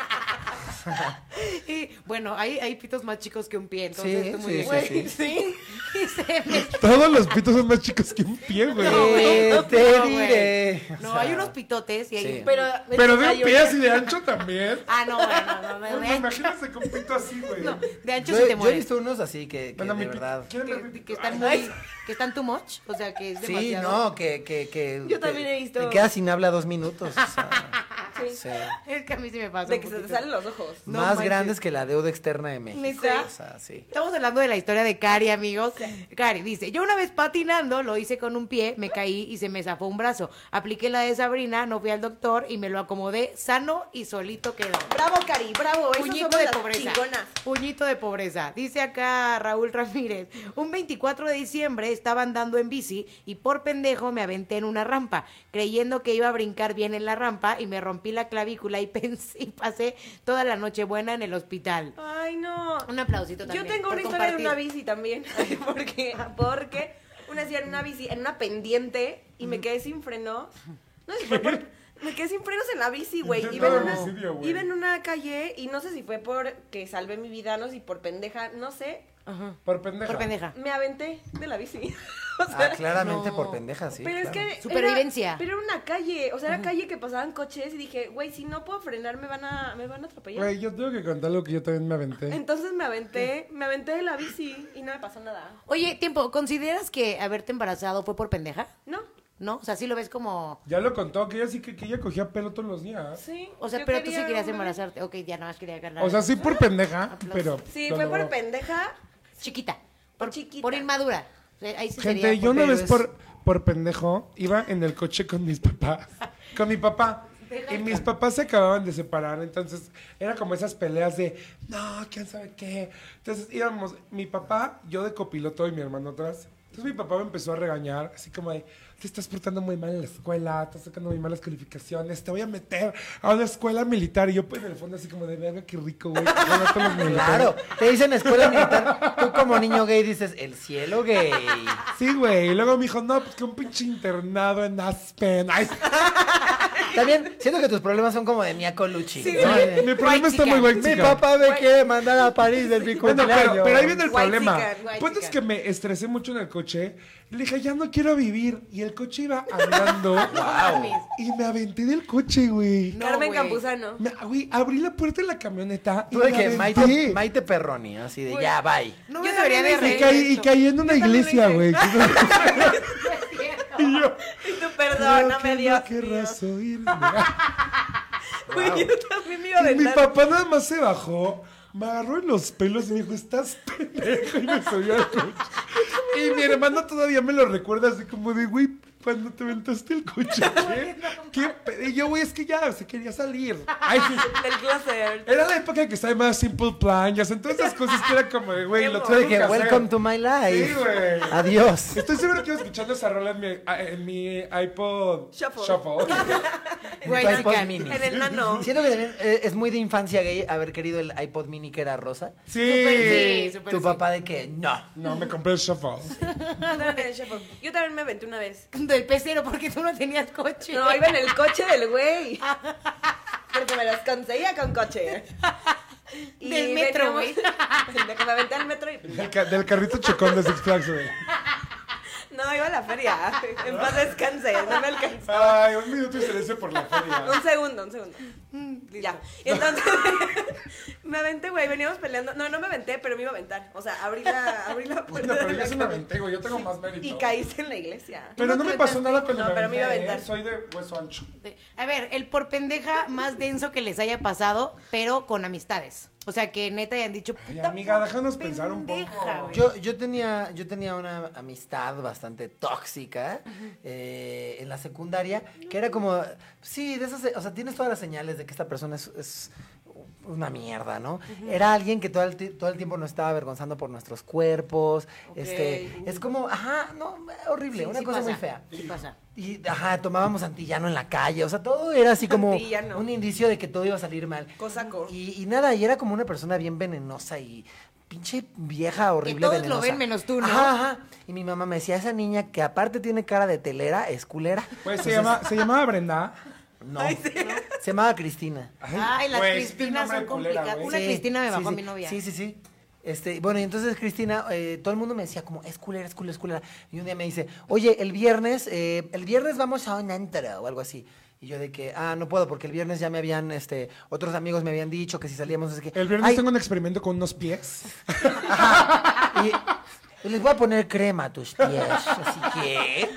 Speaker 1: Y bueno, hay, hay pitos más chicos que un pie, entonces
Speaker 4: Sí,
Speaker 1: está muy
Speaker 4: sí,
Speaker 1: bien.
Speaker 4: sí, sí.
Speaker 2: Güey, sí.
Speaker 1: Y se me
Speaker 5: Todos los pitos son más chicos que un pie, güey.
Speaker 1: No, güey,
Speaker 4: Eh,
Speaker 1: no,
Speaker 4: te
Speaker 1: no, güey.
Speaker 4: diré. O
Speaker 1: No,
Speaker 4: sea,
Speaker 1: hay unos pitotes y hay
Speaker 4: sí.
Speaker 2: Pero,
Speaker 3: Pero de un
Speaker 2: mayoría-
Speaker 3: pie así de ancho también.
Speaker 1: Ah, no, bueno, no, no,
Speaker 3: Bueno,
Speaker 1: de ancho,
Speaker 3: imagínense con pito así, güey.
Speaker 1: no, de ancho
Speaker 4: Yo,
Speaker 1: sí te
Speaker 4: yo he
Speaker 1: mueres.
Speaker 4: visto unos así que, que
Speaker 3: Bueno,
Speaker 4: de
Speaker 3: mi pi-
Speaker 4: verdad.
Speaker 3: ¿quieren ver mi
Speaker 1: Que,
Speaker 3: pito?
Speaker 1: que están
Speaker 3: Ay,
Speaker 1: muy, que están too much, o sea, que es
Speaker 4: Sí,
Speaker 1: demasiado.
Speaker 4: no, que, que, que.
Speaker 2: Yo
Speaker 4: te-
Speaker 2: también he visto.
Speaker 4: Te quedas sin habla dos minutos. o sea,
Speaker 2: Sí.
Speaker 4: sí.
Speaker 1: Es que a mí sí me pasa
Speaker 2: De
Speaker 1: un
Speaker 2: que se te
Speaker 1: poquito.
Speaker 2: salen los ojos.
Speaker 1: No
Speaker 4: Más
Speaker 1: manches.
Speaker 4: grandes que la deuda externa de México.
Speaker 1: ¿Neta?
Speaker 4: O sea, sí.
Speaker 1: Estamos hablando de la historia de Cari, amigos. Cari dice, yo una vez patinando lo hice con un pie, me caí y se me zafó un brazo. Apliqué la de Sabrina, no fui al doctor y me lo acomodé sano y solito quedó.
Speaker 2: Bravo, Cari, bravo. esas
Speaker 1: Puñito
Speaker 2: somos
Speaker 1: de
Speaker 2: las
Speaker 1: pobreza.
Speaker 2: chingonas.
Speaker 1: Puñito de pobreza. Dice acá Raúl Ramírez. Un 24 de diciembre estaba andando en bici y por pendejo me aventé en una rampa, creyendo que iba a brincar bien en la rampa y me rompí la clavícula y, pensé, y pasé toda la noche buena en el hospital.
Speaker 2: Ay, no.
Speaker 1: Un aplausito
Speaker 2: Yo
Speaker 1: también.
Speaker 2: tengo
Speaker 1: por
Speaker 2: una historia de
Speaker 1: compartir.
Speaker 2: una bici también. porque, porque una vez iba en una bici, en una pendiente, y me quedé sin frenos. No sé si fue por- Me quedé sin frenos en la bici, güey.
Speaker 3: Intento
Speaker 2: Iba, en
Speaker 3: de
Speaker 2: una-
Speaker 3: homicidio, güey.
Speaker 2: iba en una calle y no sé si fue porque salvé mi vida, no sé si por pendeja, no sé.
Speaker 1: Ajá.
Speaker 3: Por pendeja.
Speaker 1: Por pendeja.
Speaker 2: Me aventé de la bici. O sea,
Speaker 4: Ah, claramente
Speaker 1: No.
Speaker 4: por pendeja, sí.
Speaker 2: pero es
Speaker 4: claro.
Speaker 2: que. era-
Speaker 1: Supervivencia.
Speaker 2: pero era una calle, o sea, era calle que pasaban coches y dije, güey, si no puedo frenar, me van a, me van a atropellar.
Speaker 3: Güey, yo tengo que contar lo que yo también me aventé.
Speaker 2: Entonces me aventé, me aventé de la bici y no me pasó nada.
Speaker 1: Oye, tiempo, ¿consideras que haberte embarazado fue por pendeja?
Speaker 2: No.
Speaker 1: ¿No? O sea, sí lo ves como...
Speaker 3: Ya lo contó, que ella sí que, que ella cogía pelo todos los días.
Speaker 2: Sí.
Speaker 1: O sea,
Speaker 2: yo
Speaker 1: pero tú sí
Speaker 2: quería
Speaker 1: querías
Speaker 2: un bebé.
Speaker 1: embarazarte. Ok, ya nada más quería ganar.
Speaker 3: O sea, sí por pendeja, pero...
Speaker 2: Sí,
Speaker 3: lo
Speaker 2: fue por
Speaker 3: logró.
Speaker 2: pendeja.
Speaker 1: Chiquita.
Speaker 2: Por
Speaker 1: Por,
Speaker 2: chiquita.
Speaker 1: por inmadura. O sea, ahí sí sería
Speaker 3: Gente,
Speaker 1: por-
Speaker 3: yo una
Speaker 4: pero
Speaker 3: vez
Speaker 4: es-
Speaker 3: por, por pendejo iba en el coche con mis papás. Con mi papá. Y mis papás se acababan de separar, entonces era como esas peleas de, no, quién sabe qué. Entonces íbamos, mi papá, yo de copiloto y mi hermano atrás. Entonces mi papá me empezó a regañar, así como de, te estás portando muy mal en la escuela, estás sacando muy malas calificaciones, te voy a meter a una escuela militar. Y yo pues en el fondo así como de, verga, qué rico, güey. que van a todos los militares".
Speaker 4: Claro, te dicen escuela militar. Tú como niño gay dices, el cielo gay.
Speaker 3: Sí, güey. Y luego me dijo, no, pues que un pinche internado en Aspen. Ay,
Speaker 4: También siento que tus problemas son como de Mia Colucci.
Speaker 1: Sí,
Speaker 4: ¿no?
Speaker 1: sí.
Speaker 4: De-
Speaker 3: Mi problema está muy
Speaker 1: White
Speaker 3: white
Speaker 4: Mi
Speaker 3: chica.
Speaker 4: papá me quiere mandar a París del mi
Speaker 3: Bueno, pero,
Speaker 4: cumpleaños.
Speaker 3: pero ahí viene el
Speaker 2: White
Speaker 3: problema.
Speaker 2: chica, white
Speaker 3: El punto es
Speaker 2: chica.
Speaker 3: que me estresé mucho en el coche. Le dije, ya no quiero vivir. Y el coche iba andando.
Speaker 1: mames.
Speaker 3: Y me aventé del coche, güey.
Speaker 1: No,
Speaker 2: Carmen
Speaker 1: güey.
Speaker 2: Campuzano.
Speaker 3: Me- Güey, abrí la puerta de la camioneta. Y
Speaker 4: Tú de
Speaker 3: me
Speaker 4: que
Speaker 3: aventé.
Speaker 4: Maite, Maite Perroni, así de ya, bye.
Speaker 1: No
Speaker 2: Yo
Speaker 1: me debería de
Speaker 2: también
Speaker 3: Y
Speaker 1: reír.
Speaker 3: caí, y
Speaker 1: de
Speaker 3: caí en una
Speaker 2: Yo también
Speaker 3: iglesia,
Speaker 2: lo
Speaker 3: güey.
Speaker 1: esto.
Speaker 3: Y yo,
Speaker 2: Y tú perdóname,
Speaker 3: creo que no
Speaker 2: Dios mío.
Speaker 3: querrás oírme.
Speaker 2: Güey, yo también me iba a
Speaker 3: Y mi
Speaker 2: aventar.
Speaker 3: papá nada más se bajó, me agarró en los pelos y me dijo, estás pendejo, y me subió al coche. Y mi hermano todavía me lo recuerda así como de, güey, cuando te aventaste el coche, ¿qué? ¿Qué pe-?" Y yo, güey, es que ya, se quería salir. Ay,
Speaker 2: Del closet.
Speaker 3: era la época que estaba más Simple Plan, ya sé, todas esas cosas que era como de, güey, lo
Speaker 4: Tú de
Speaker 3: tuve
Speaker 4: que
Speaker 3: que hacer.
Speaker 4: welcome to my life.
Speaker 3: Sí, güey.
Speaker 4: Adiós.
Speaker 3: Estoy seguro que iba escuchando esa rola en mi, ah, en mi iPod
Speaker 2: Shuffle.
Speaker 1: Güey,
Speaker 4: En tu
Speaker 1: chica.
Speaker 4: iPod mini.
Speaker 2: En el nano.
Speaker 4: Siento que también eh, es muy de infancia gay haber querido el iPod mini que era rosa.
Speaker 1: Sí,
Speaker 3: Sí.
Speaker 1: súper
Speaker 4: Tu
Speaker 1: sí.
Speaker 4: papá de que no.
Speaker 3: No, me compré el Shuffle.
Speaker 2: Yo también me aventé una vez.
Speaker 1: Del pecero, porque tú no tenías coche.
Speaker 2: No, iba en el coche del güey. Porque me las conseguía con coche.
Speaker 1: Del metro,
Speaker 2: veníamos- De que me aventé al metro y.
Speaker 3: Del, ca- del carrito chocón de Six Flags, güey.
Speaker 2: No, iba a la feria. En paz descanse. No me alcanzó.
Speaker 3: Ay, un minuto y se le hice por la feria.
Speaker 2: Un segundo, un segundo.
Speaker 3: Mm,
Speaker 2: Ya. Y entonces me aventé, güey. Veníamos peleando. No, no me aventé, pero me iba a aventar. O sea, abrí la, abrí la puerta.
Speaker 3: Bueno, pero
Speaker 2: de la
Speaker 3: yo se me
Speaker 2: cama
Speaker 3: aventé, güey. Yo tengo más mérito.
Speaker 2: Y caíste en la iglesia.
Speaker 3: Pero no me pasó nada con
Speaker 2: No, pero me iba a aventar.
Speaker 3: Soy de hueso ancho.
Speaker 1: A ver, el por pendeja más denso que les haya pasado, pero con amistades. O sea, que neta hayan dicho.
Speaker 3: Ay,
Speaker 1: "Puta
Speaker 3: amiga, déjanos pensar un
Speaker 1: pendeja,
Speaker 3: poco.
Speaker 1: güey".
Speaker 4: Yo, yo, tenía, yo tenía una amistad bastante tóxica eh, en la secundaria, que era como, sí, de esas, o sea, tienes todas las señales de que esta persona es, es una mierda, ¿no? Era alguien que todo el, ti- todo el tiempo nos estaba avergonzando por nuestros cuerpos,
Speaker 2: Ok.
Speaker 4: este, es como, ajá, no, horrible,
Speaker 1: Sí,
Speaker 4: una
Speaker 1: sí
Speaker 4: cosa muy
Speaker 1: pasa,
Speaker 4: fea.
Speaker 1: sí pasa.
Speaker 4: Y, ajá, tomábamos antillano en la calle, o sea, todo era así como
Speaker 2: Antillano.
Speaker 4: un indicio de que todo iba a salir mal.
Speaker 2: Cosaco.
Speaker 4: Y, y nada, y era como una persona bien venenosa y pinche vieja horrible.
Speaker 1: todos lo
Speaker 4: venenosa.
Speaker 1: ven menos tú, ¿no?
Speaker 4: Ajá, ajá. Y mi mamá me decía, esa niña que aparte tiene cara de telera, es culera.
Speaker 3: Pues se, llama, se llamaba Brenda.
Speaker 4: No. Se llamaba Cristina.
Speaker 1: Ay, las
Speaker 3: Güey,
Speaker 1: Cristinas
Speaker 3: nombre
Speaker 1: son
Speaker 3: culera,
Speaker 1: complicadas.
Speaker 3: güey.
Speaker 1: Una
Speaker 4: Sí,
Speaker 1: Cristina me
Speaker 4: sí,
Speaker 1: bajó a
Speaker 4: sí.
Speaker 1: mi novia.
Speaker 4: Sí, sí, sí. Este, bueno, y entonces Cristina, eh, todo el mundo me decía como, es culera, es culera, es culera. Y un día me dice, oye, el viernes, eh, el viernes vamos a un antro o algo así. Y yo de que, ah, no puedo, porque el viernes ya me habían, este, otros amigos me habían dicho que si salíamos, es que...
Speaker 5: El viernes
Speaker 4: "Ay,
Speaker 5: tengo un experimento con unos pies.
Speaker 4: Y, y les voy a poner crema a tus pies. Así que.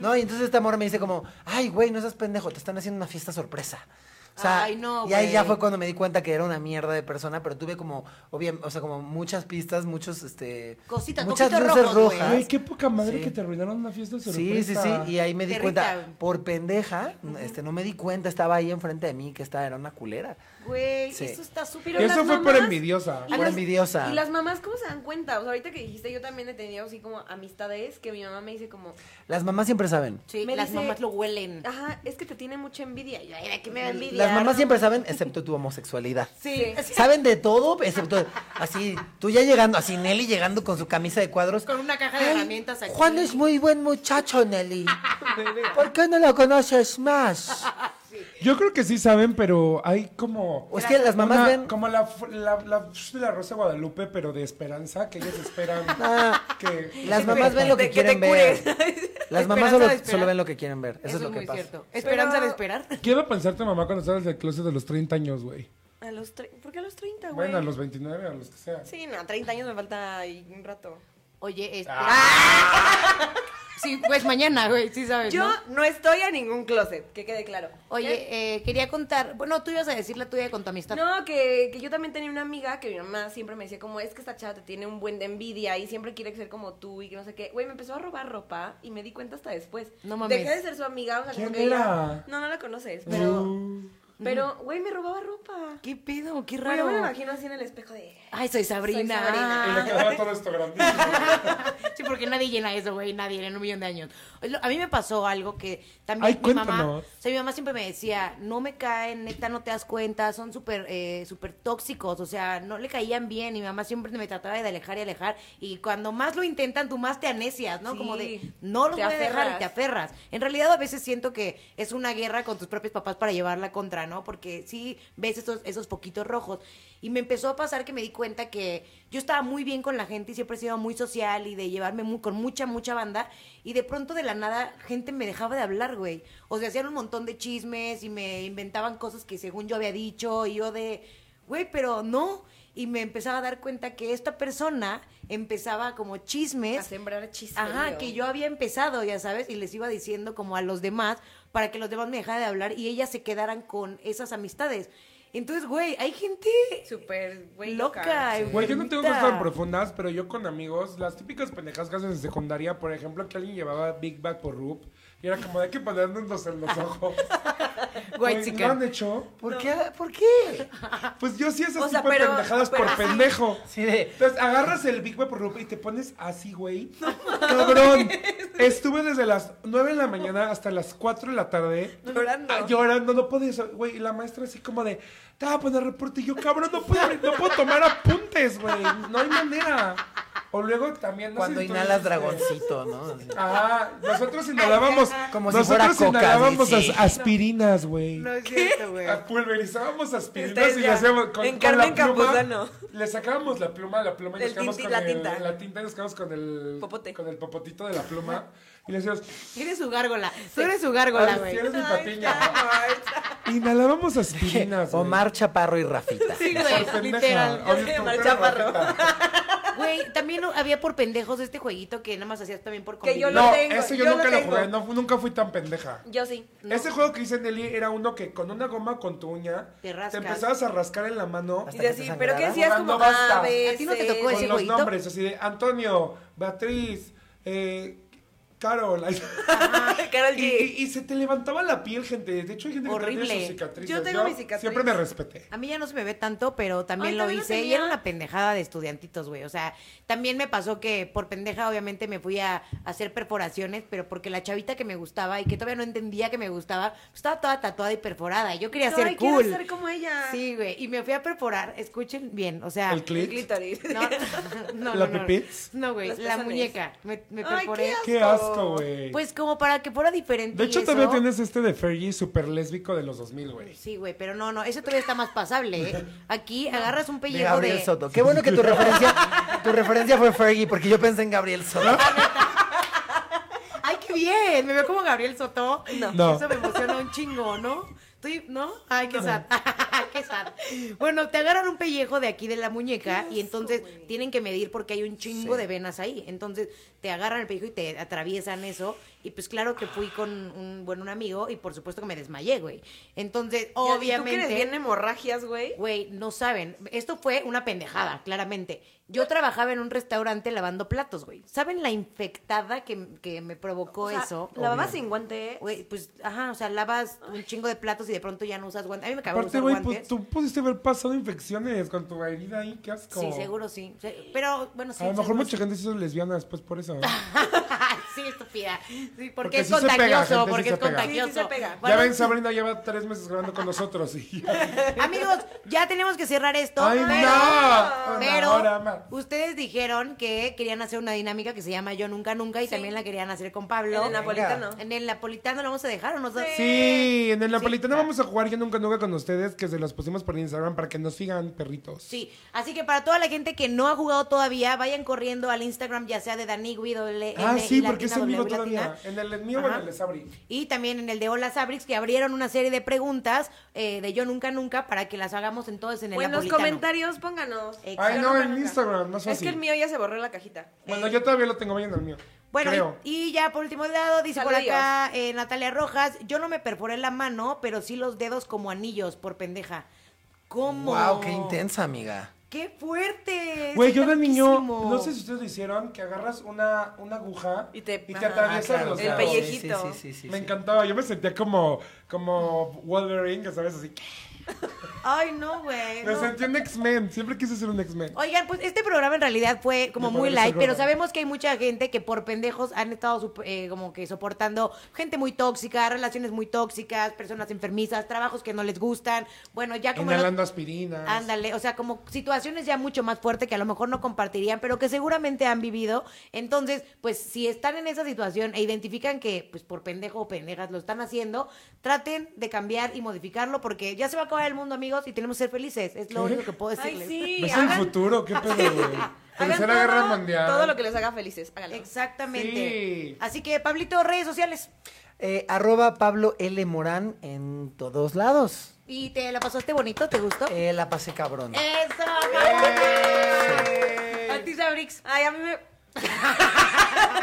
Speaker 4: No, y entonces esta morra me dice como, ay, güey, no seas pendejo, te están haciendo una fiesta sorpresa. O sea,
Speaker 1: Ay, no,
Speaker 4: y ahí ya
Speaker 1: güey.
Speaker 4: fue cuando me di cuenta que era una mierda de persona, pero tuve como, obviamente, o sea, como muchas pistas, muchos, este,
Speaker 1: Cositas,
Speaker 4: muchas
Speaker 1: poquitos
Speaker 4: luces
Speaker 1: rojos, güey.
Speaker 4: rojas.
Speaker 3: Ay, qué poca madre
Speaker 4: Sí.
Speaker 3: que te arruinaron una fiesta de
Speaker 4: Sí, sí,
Speaker 3: sorpresa.
Speaker 4: sí, y ahí me di
Speaker 1: Perrita.
Speaker 4: cuenta, por pendeja, este, no me di cuenta, estaba ahí enfrente de mí que esta era una culera,
Speaker 1: Güey,
Speaker 4: Sí.
Speaker 1: eso está súper.
Speaker 2: Pero
Speaker 3: Y
Speaker 2: las
Speaker 3: eso fue por
Speaker 2: mamás-
Speaker 3: envidiosa.
Speaker 2: Ah,
Speaker 4: por
Speaker 2: las-
Speaker 4: envidiosa.
Speaker 2: ¿Y las mamás cómo se dan cuenta? O sea, ahorita que dijiste, yo también he tenido así como amistades que mi mamá me dice como,
Speaker 4: Las mamás siempre saben.
Speaker 1: Sí,
Speaker 2: Me
Speaker 1: las
Speaker 2: dice-
Speaker 1: mamás lo huelen.
Speaker 2: ajá, es que te tiene mucha envidia. Y yo, ay, ¿de qué me da envidia?
Speaker 4: Las mamás siempre saben, excepto tu homosexualidad.
Speaker 2: Sí.
Speaker 4: Saben de todo, excepto así, tú ya llegando, así Nelly llegando con su camisa de cuadros.
Speaker 1: Con una caja de
Speaker 4: Ay,
Speaker 1: herramientas aquí.
Speaker 4: Juan es muy buen muchacho, Nelly. ¿Por qué no lo conoces más?
Speaker 3: Yo creo que sí saben, pero hay como...
Speaker 4: O es que las mamás
Speaker 3: una-
Speaker 4: ven.
Speaker 3: Como la, f- la, la, la Rosa de Guadalupe, pero de esperanza, que ellas esperan
Speaker 4: Ah,
Speaker 3: que...
Speaker 4: Las mamás ven lo que
Speaker 2: De que te
Speaker 4: quieren ver.
Speaker 2: cures.
Speaker 4: Las mamás
Speaker 1: Esperanza
Speaker 4: solo,
Speaker 1: de esperar.
Speaker 4: solo ven lo que quieren ver. Eso,
Speaker 1: Eso
Speaker 4: es lo
Speaker 1: es
Speaker 4: que
Speaker 1: muy
Speaker 4: pasa.
Speaker 1: cierto. Esperanza
Speaker 2: Pero-
Speaker 1: de esperar.
Speaker 3: ¿Qué va a pensar tu mamá cuando sales del closet de los 30 años, güey?
Speaker 2: A los tre- ¿Por qué a los 30, güey?
Speaker 3: Bueno, a los 29, a los que sea.
Speaker 2: Sí, no, 30 años me falta ahí un rato.
Speaker 1: Oye, este. Sí, pues mañana, güey, sí sabes.
Speaker 2: Yo
Speaker 1: ¿no?
Speaker 2: no estoy a ningún closet, que quede claro.
Speaker 1: Oye, eh, quería contar. Bueno, tú ibas a decir la tuya con tu amistad.
Speaker 2: No, que, que yo también tenía una amiga que mi mamá siempre me decía como, es que esta chava te tiene un buen de envidia y siempre quiere ser como tú y que no sé qué. Güey, me empezó a robar ropa y me di cuenta hasta después.
Speaker 1: No mames.
Speaker 2: Dejé de ser su amiga, o sea, como
Speaker 3: ¿Quién
Speaker 2: que ya-
Speaker 3: era? Mm.
Speaker 2: No, no la conoces, pero... Pero, güey, me robaba ropa.
Speaker 1: ¿Qué pedo? Qué
Speaker 2: Güey, yo
Speaker 1: raro.
Speaker 2: me lo imagino así en el espejo de...
Speaker 1: Ay, soy Sabrina.
Speaker 2: Soy Sabrina.
Speaker 3: Y le quedaba todo esto grandísimo.
Speaker 1: Sí, porque nadie llena eso, güey, nadie en un millón de años. Lo- A mí me pasó algo que también
Speaker 3: Ay,
Speaker 1: mi mamá, o
Speaker 3: cuéntanos.
Speaker 1: sea, mi mamá siempre me decía, no me caen, neta, no te das cuenta, son súper eh, súper tóxicos, o sea, no le caían bien y mi mamá siempre me trataba de alejar y alejar y cuando más lo intentan, tú más te anecias, ¿no?
Speaker 2: Sí,
Speaker 1: Como de, no los
Speaker 2: te
Speaker 1: voy a dejar y
Speaker 2: aferras.
Speaker 1: te aferras. En realidad a veces siento que es una guerra con tus propios papás para llevarla contra, ¿no? Porque sí ves esos, esos poquitos rojos. Y me empezó a pasar que me di cuenta que yo estaba muy bien con la gente y siempre he sido muy social y de llevarme muy- con mucha, mucha banda. Y de pronto de la nada gente me dejaba de hablar, güey. O sea, hacían un montón de chismes y me inventaban cosas que según yo había dicho y yo de, güey, pero no. Y me empezaba a dar cuenta que esta persona empezaba como chismes.
Speaker 2: A sembrar chistes.
Speaker 1: Ajá, que yo había empezado, ya sabes, y les iba diciendo como a los demás para que los demás me dejaran de hablar y ellas se quedaran con esas amistades. Entonces, güey, hay gente
Speaker 2: Súper, güey,
Speaker 1: loca.
Speaker 3: Güey, yo no tengo cosas
Speaker 1: enfermita.
Speaker 3: tan profundas, pero yo con amigos, las típicas pendejas que hacen en secundaria, por ejemplo, que alguien llevaba Big Bag por Rup, y era como, hay que ponernos en los ojos.
Speaker 1: Güey,
Speaker 3: Güey, ¿Lo
Speaker 1: chica.
Speaker 3: han hecho?
Speaker 4: ¿Por qué? ¿Por qué?
Speaker 3: Pues yo sí esas
Speaker 2: Ah. O sea,
Speaker 3: tipo de
Speaker 2: pero-
Speaker 3: pendejadas
Speaker 2: pero
Speaker 3: por
Speaker 2: así.
Speaker 3: pendejo.
Speaker 4: Sí, de-
Speaker 3: Entonces, agarras el Big Bag por Rup y te pones así, güey. Cabrón, estuve desde las 9 de la mañana hasta las 4 de la tarde.
Speaker 2: Llorando.
Speaker 3: Ah, llorando, no podía eso, güey. Y la maestra así como de, te voy a poner reporte. Y yo, cabrón, no puedo, no puedo tomar apuntes, güey. No hay manera. O luego también... No
Speaker 4: Cuando
Speaker 3: sé si tú
Speaker 4: inhalas
Speaker 3: hiciste.
Speaker 4: dragoncito, ¿no? Así.
Speaker 3: Ah, nosotros inhalábamos...
Speaker 4: Como si fuera
Speaker 3: nosotros
Speaker 4: coca,
Speaker 3: inhalábamos
Speaker 4: sí, sí.
Speaker 3: as- aspirinas, güey.
Speaker 1: es cierto, güey.
Speaker 3: Ah, Pulverizábamos aspirinas
Speaker 2: Este, Ustedes
Speaker 3: y le
Speaker 2: ya,
Speaker 3: hacíamos con,
Speaker 2: en
Speaker 3: con
Speaker 2: Carmen
Speaker 3: la pluma.
Speaker 2: Campuzano.
Speaker 3: Le sacábamos la pluma, la pluma y
Speaker 2: El
Speaker 3: nos quedamos
Speaker 2: tinti-
Speaker 3: con
Speaker 2: la
Speaker 3: el-
Speaker 2: tinta.
Speaker 3: la tinta y nos quedamos con el
Speaker 2: Popote.
Speaker 3: con el popotito de la pluma y le decíamos,
Speaker 1: Eres su gárgola. Tú eres su
Speaker 3: "Ay,
Speaker 1: gárgola,
Speaker 3: si
Speaker 1: güey.
Speaker 3: eres mi patiña. Inhalábamos aspirinas. güey.
Speaker 4: Omar Chaparro y Rafita.
Speaker 1: Sí,
Speaker 3: Por
Speaker 1: güey,
Speaker 3: pendeja.
Speaker 1: literal.
Speaker 3: Oye, tú,
Speaker 2: Omar
Speaker 3: tú eres
Speaker 2: Chaparro.
Speaker 3: racista.
Speaker 1: Güey, también había por pendejos este jueguito que nada más hacías también por
Speaker 2: Que yo
Speaker 1: convivir.
Speaker 2: lo
Speaker 3: No,
Speaker 2: tengo,
Speaker 3: ese yo,
Speaker 2: yo lo
Speaker 3: nunca lo,
Speaker 2: tengo.
Speaker 3: jugué, no, fu- nunca fui tan pendeja.
Speaker 2: Yo sí. no.
Speaker 3: Ese juego que dice Nelly era uno que con una goma con tu uña
Speaker 1: Te rascas.
Speaker 3: empezabas a rascar en la mano
Speaker 2: Y
Speaker 4: Hasta que te
Speaker 2: decir, pero ¿qué
Speaker 4: sangrara.
Speaker 2: decías
Speaker 3: Jugando
Speaker 2: como
Speaker 3: basta.
Speaker 2: a veces?
Speaker 1: ¿A ti no te tocó
Speaker 3: con
Speaker 1: ese
Speaker 3: los
Speaker 1: jueguito?
Speaker 3: nombres, así de Antonio, Beatriz, eh, Carol. ay,
Speaker 2: Karol
Speaker 3: y,
Speaker 2: G.
Speaker 3: y- y se te levantaba la piel, gente. De hecho, hay gente que
Speaker 1: Horrible.
Speaker 3: tiene sus cicatrices.
Speaker 2: Yo tengo mis cicatrices.
Speaker 3: Siempre me respeté.
Speaker 1: A mí ya no se me ve tanto, pero también
Speaker 2: Ay,
Speaker 1: lo
Speaker 2: todavía no
Speaker 1: hice. Y
Speaker 2: tenía.
Speaker 1: era una pendejada de estudiantitos, güey. O sea, también me pasó que por pendeja, obviamente, me fui a, a hacer perforaciones, pero porque la chavita que me gustaba y que todavía no entendía que me gustaba, pues, estaba toda tatuada y perforada. y Yo quería ser
Speaker 2: Ay, quiero
Speaker 1: cool.
Speaker 2: ser como ella.
Speaker 1: Sí, güey. Y me fui a perforar. Escuchen bien. O sea.
Speaker 3: El
Speaker 2: El
Speaker 3: clit.
Speaker 2: clítoris.
Speaker 1: No, no, no,
Speaker 3: ¿La
Speaker 1: no, no.
Speaker 3: pipis?
Speaker 1: No, güey.
Speaker 2: Los
Speaker 1: La
Speaker 2: pezones.
Speaker 1: muñeca. Me, me
Speaker 2: Ay,
Speaker 1: perforé.
Speaker 2: qué
Speaker 3: Qué asco, güey.
Speaker 1: Pues como para que fuera diferente.
Speaker 3: de
Speaker 1: y
Speaker 3: hecho,
Speaker 1: eso.
Speaker 3: todavía tienes este de Fergie super lésbico de los 2000, güey.
Speaker 1: Sí, güey, pero no, no, eso todavía está más pasable, ¿eh? Aquí agarras un
Speaker 4: De
Speaker 1: pellejo
Speaker 4: Gabriel
Speaker 1: de...
Speaker 4: Soto. Qué bueno que tu referencia, tu referencia fue Fergie, porque yo pensé en Gabriel Soto.
Speaker 1: ¡Ay, qué bien! Me veo como Gabriel Soto. No.
Speaker 3: No.
Speaker 1: Eso me emociona un chingo, ¿no? Estoy- ¿No? Ay, qué sad. qué sad. Bueno, te agarran un pellejo de aquí de la muñeca y entonces tienen que medir porque hay un chingo de venas ahí. Entonces te agarran el pellejo y te atraviesan eso. Y pues claro que fui con un, bueno, un amigo y por supuesto que me desmayé, güey. Entonces,
Speaker 2: Obviamente. ¿Tú
Speaker 1: obviamente...
Speaker 2: que eres bien hemorragias, güey?
Speaker 1: Güey, no saben. Esto fue una pendejada, claramente. Yo trabajaba en un restaurante lavando platos, güey. ¿Saben la infectada que, que me provocó
Speaker 2: O sea,
Speaker 1: eso?
Speaker 2: La mamá sin guante.
Speaker 1: Güey, pues, ajá, o sea, lavas un chingo de platos y de pronto ya no usas guantes. A mí me acabó de
Speaker 3: Aparte,
Speaker 1: usar
Speaker 3: güey, pues,
Speaker 1: guantes.
Speaker 3: tú pudiste haber pasado infecciones con tu herida ahí, qué asco.
Speaker 1: Sí, seguro sí. Sí, Pero, bueno, sí.
Speaker 3: a lo
Speaker 1: sí,
Speaker 3: mejor
Speaker 1: no
Speaker 3: mucha gente se hizo lesbiana después por eso.
Speaker 1: sí, estúpida. Sí, porque,
Speaker 3: Porque
Speaker 1: es
Speaker 3: sí se pega,
Speaker 1: contagioso,
Speaker 3: gente, sí
Speaker 1: porque
Speaker 3: se
Speaker 1: es
Speaker 3: pega.
Speaker 1: contagioso.
Speaker 2: Sí, sí se pega.
Speaker 1: Bueno,
Speaker 3: ya ven, Sabrina lleva tres meses grabando con nosotros. Y
Speaker 1: Amigos, ya tenemos que cerrar esto.
Speaker 3: ¡Ay,
Speaker 1: pero-
Speaker 3: no! Una hora más.
Speaker 1: Pero ustedes dijeron que querían hacer una dinámica que se llama Yo Nunca Nunca y también la querían hacer con Pablo.
Speaker 2: En el napolitano.
Speaker 1: En el napolitano lo vamos a dejar o no.
Speaker 3: Sí, en el Napolitano vamos a jugar Yo Nunca Nunca con ustedes, que se los pusimos por Instagram para que nos sigan, perritos.
Speaker 1: Sí, así que para toda la gente que no ha jugado todavía, vayan corriendo al Instagram, ya sea de Dani Guido, L,
Speaker 3: Ah,
Speaker 1: N,
Speaker 3: sí,
Speaker 1: y
Speaker 3: porque es
Speaker 1: Latina,
Speaker 3: en vivo
Speaker 1: W Latina.
Speaker 3: todavía. En el mío o
Speaker 1: Ajá.
Speaker 3: en el de Sabri.
Speaker 1: Y también en el de Hola Sabrix, que abrieron una serie de preguntas eh, de Yo Nunca Nunca para que las hagamos entonces en el
Speaker 2: O en los
Speaker 1: napolitano.
Speaker 2: comentarios, pónganos.
Speaker 1: Exacto.
Speaker 3: Ay, no,
Speaker 2: Yo
Speaker 3: en
Speaker 2: nunca.
Speaker 3: Instagram, más
Speaker 2: Es
Speaker 3: fácil.
Speaker 2: que el mío ya se borró la cajita.
Speaker 3: Bueno, yo todavía lo tengo, vayan al mío.
Speaker 1: Bueno,
Speaker 3: creo.
Speaker 1: y, y ya por último lado, dice por
Speaker 2: Saludos.
Speaker 1: acá eh, Natalia Rojas, yo no me perforé la mano, pero sí los dedos como anillos, por pendeja. ¿Cómo?
Speaker 4: Wow, qué intensa, amiga.
Speaker 1: ¡Qué fuerte!
Speaker 3: Güey,
Speaker 1: Soy
Speaker 3: yo de niño,
Speaker 1: tantísimo.
Speaker 3: no sé si ustedes lo hicieron, que agarras una, una aguja
Speaker 2: Y te- ajá.
Speaker 3: atraviesas
Speaker 2: Ah, claro,
Speaker 3: los
Speaker 2: el
Speaker 3: dedos.
Speaker 2: pellejito.
Speaker 4: Sí, sí, sí, sí, sí,
Speaker 3: Me
Speaker 4: sí.
Speaker 3: encantaba, yo me sentía como, como Wolverine, que sabes, así.
Speaker 1: Ay, no, güey.
Speaker 3: Me
Speaker 1: no.
Speaker 3: sentía un X-Men, siempre quise ser un X-Men.
Speaker 1: Oigan, pues este programa en realidad fue como
Speaker 3: Me
Speaker 1: muy
Speaker 3: parece
Speaker 1: light,
Speaker 3: raro.
Speaker 1: pero sabemos que hay mucha gente que por pendejos han estado sup- eh, como que soportando gente muy tóxica, relaciones muy tóxicas, personas enfermizas, trabajos que no les gustan. Bueno, ya como... en
Speaker 3: Inhalando aspirinas.
Speaker 1: Ándale, o sea, como situaciones ya mucho más fuertes que a lo mejor no compartirían, pero que seguramente han vivido. Entonces, pues si están en esa situación e identifican que, pues por pendejo o pendejas lo están haciendo, traten de cambiar y modificarlo porque ya se va a acabar el mundo, amigos, y tenemos que ser felices. Es lo
Speaker 3: ¿Qué?
Speaker 1: único que puedo decirles.
Speaker 2: Ay, sí.
Speaker 3: ¿Ves el
Speaker 2: hagan-
Speaker 3: futuro? ¿Qué pedo, güey?
Speaker 2: hagan
Speaker 3: Tercera
Speaker 2: todo-
Speaker 3: pues Guerra Mundial.
Speaker 2: Todo lo que les haga felices, háganlo.
Speaker 1: Exactamente.
Speaker 3: Sí.
Speaker 1: Así que, Pablito, redes sociales.
Speaker 4: Eh, arroba Pablo L. Morán en todos lados.
Speaker 1: ¿Y te la pasaste bonito? ¿Te gustó?
Speaker 4: Eh, la pasé cabrón.
Speaker 1: Eso. A ti, Sabrix.
Speaker 2: Ay, a mí me. a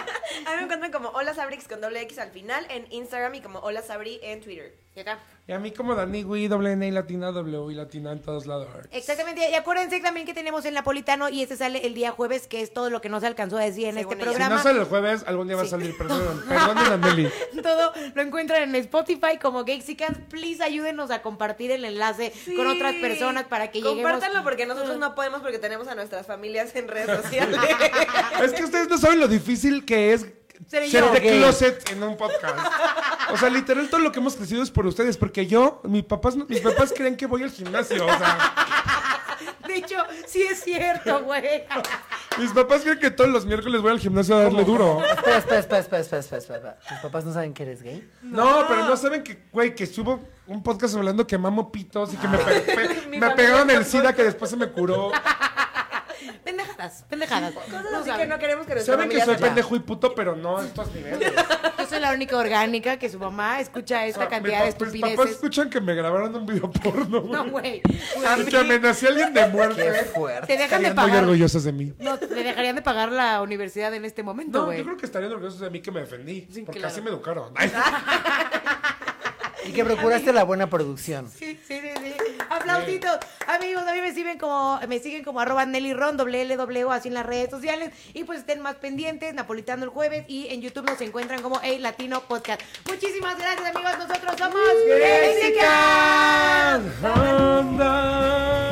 Speaker 2: mí me encuentran como Hola Sabrix con doble X al final en Instagram y como Hola Sabri en Twitter.
Speaker 1: Y acá.
Speaker 3: Y a mí como Dani Wii, doble N y latina, W y latina en todos lados.
Speaker 1: Exactamente, y acuérdense también que tenemos el napolitano y este sale el día jueves, que es todo lo que no se alcanzó a decir en
Speaker 2: Según
Speaker 1: este
Speaker 2: ella.
Speaker 3: Si
Speaker 1: programa.
Speaker 3: no sale el jueves, algún día va a
Speaker 1: Sí.
Speaker 3: salir, perdón. Perdónen a Meli.
Speaker 1: Todo lo encuentran en Spotify como Gexicans. Please ayúdenos a compartir el enlace con otras personas para que lleguemos. Mm.
Speaker 2: Compártanlo porque nosotros no podemos porque tenemos a nuestras familias en redes sociales.
Speaker 3: Es que ustedes no saben lo difícil que es
Speaker 1: Ser
Speaker 3: ser,
Speaker 1: yo.
Speaker 3: de
Speaker 4: Gay.
Speaker 3: closet en un podcast. O sea, literal, todo lo que hemos crecido es por ustedes, porque yo, mis papás, mis papás creen que voy al gimnasio, o sea,
Speaker 1: De hecho, sí es cierto, güey.
Speaker 3: mis papás creen que todos los miércoles voy al gimnasio a darle duro.
Speaker 4: Espera, espera, espera, espera, espera, espera, espera. ¿Tus papás no saben que eres gay?
Speaker 3: No, pero no saben que, güey, que subo un podcast hablando que mamo pitos y que me, pe- pe-
Speaker 2: Mi
Speaker 3: me
Speaker 2: familia
Speaker 3: pegaron el
Speaker 2: tampoco.
Speaker 3: SIDA que después se me curó.
Speaker 1: Pendejadas, pendejadas.
Speaker 2: Cosas así que no queremos que nuestra
Speaker 3: Saben que
Speaker 2: familia
Speaker 3: soy
Speaker 2: sepa.
Speaker 3: pendejo y puto, pero no a estos niveles.
Speaker 1: Yo soy la única orgánica que su mamá escucha esta
Speaker 3: Ah, mi
Speaker 1: cantidad de
Speaker 3: pa- mis papás
Speaker 1: estupideces.
Speaker 3: escuchan que me grabaron un video porno, güey.
Speaker 1: No, güey.
Speaker 3: A mí- Que amenacé a alguien de
Speaker 4: Qué
Speaker 3: muerte.
Speaker 4: fuerte.
Speaker 1: Te dejan de
Speaker 3: Estarían Ah, muy
Speaker 1: pagar.
Speaker 3: orgullosos de mí.
Speaker 1: No, te dejarían de pagar la universidad en este momento,
Speaker 3: No,
Speaker 1: güey.
Speaker 3: yo creo que estarían orgullosos de mí que me defendí.
Speaker 1: Sí,
Speaker 3: porque
Speaker 1: claro.
Speaker 3: así me educaron. Ay, sí,
Speaker 4: Y que procuraste la buena producción.
Speaker 1: Sí, sí, sí, sí. Aplausitos. Amigos, a mí me siguen como, me siguen como arroba Nelly Ron, doble L, doble O, así en las redes sociales. Y pues estén más pendientes, Napolitano el jueves. Y en YouTube nos encuentran como El Latino Podcast. Muchísimas gracias, amigos. Nosotros somos...
Speaker 3: Mexican Honda.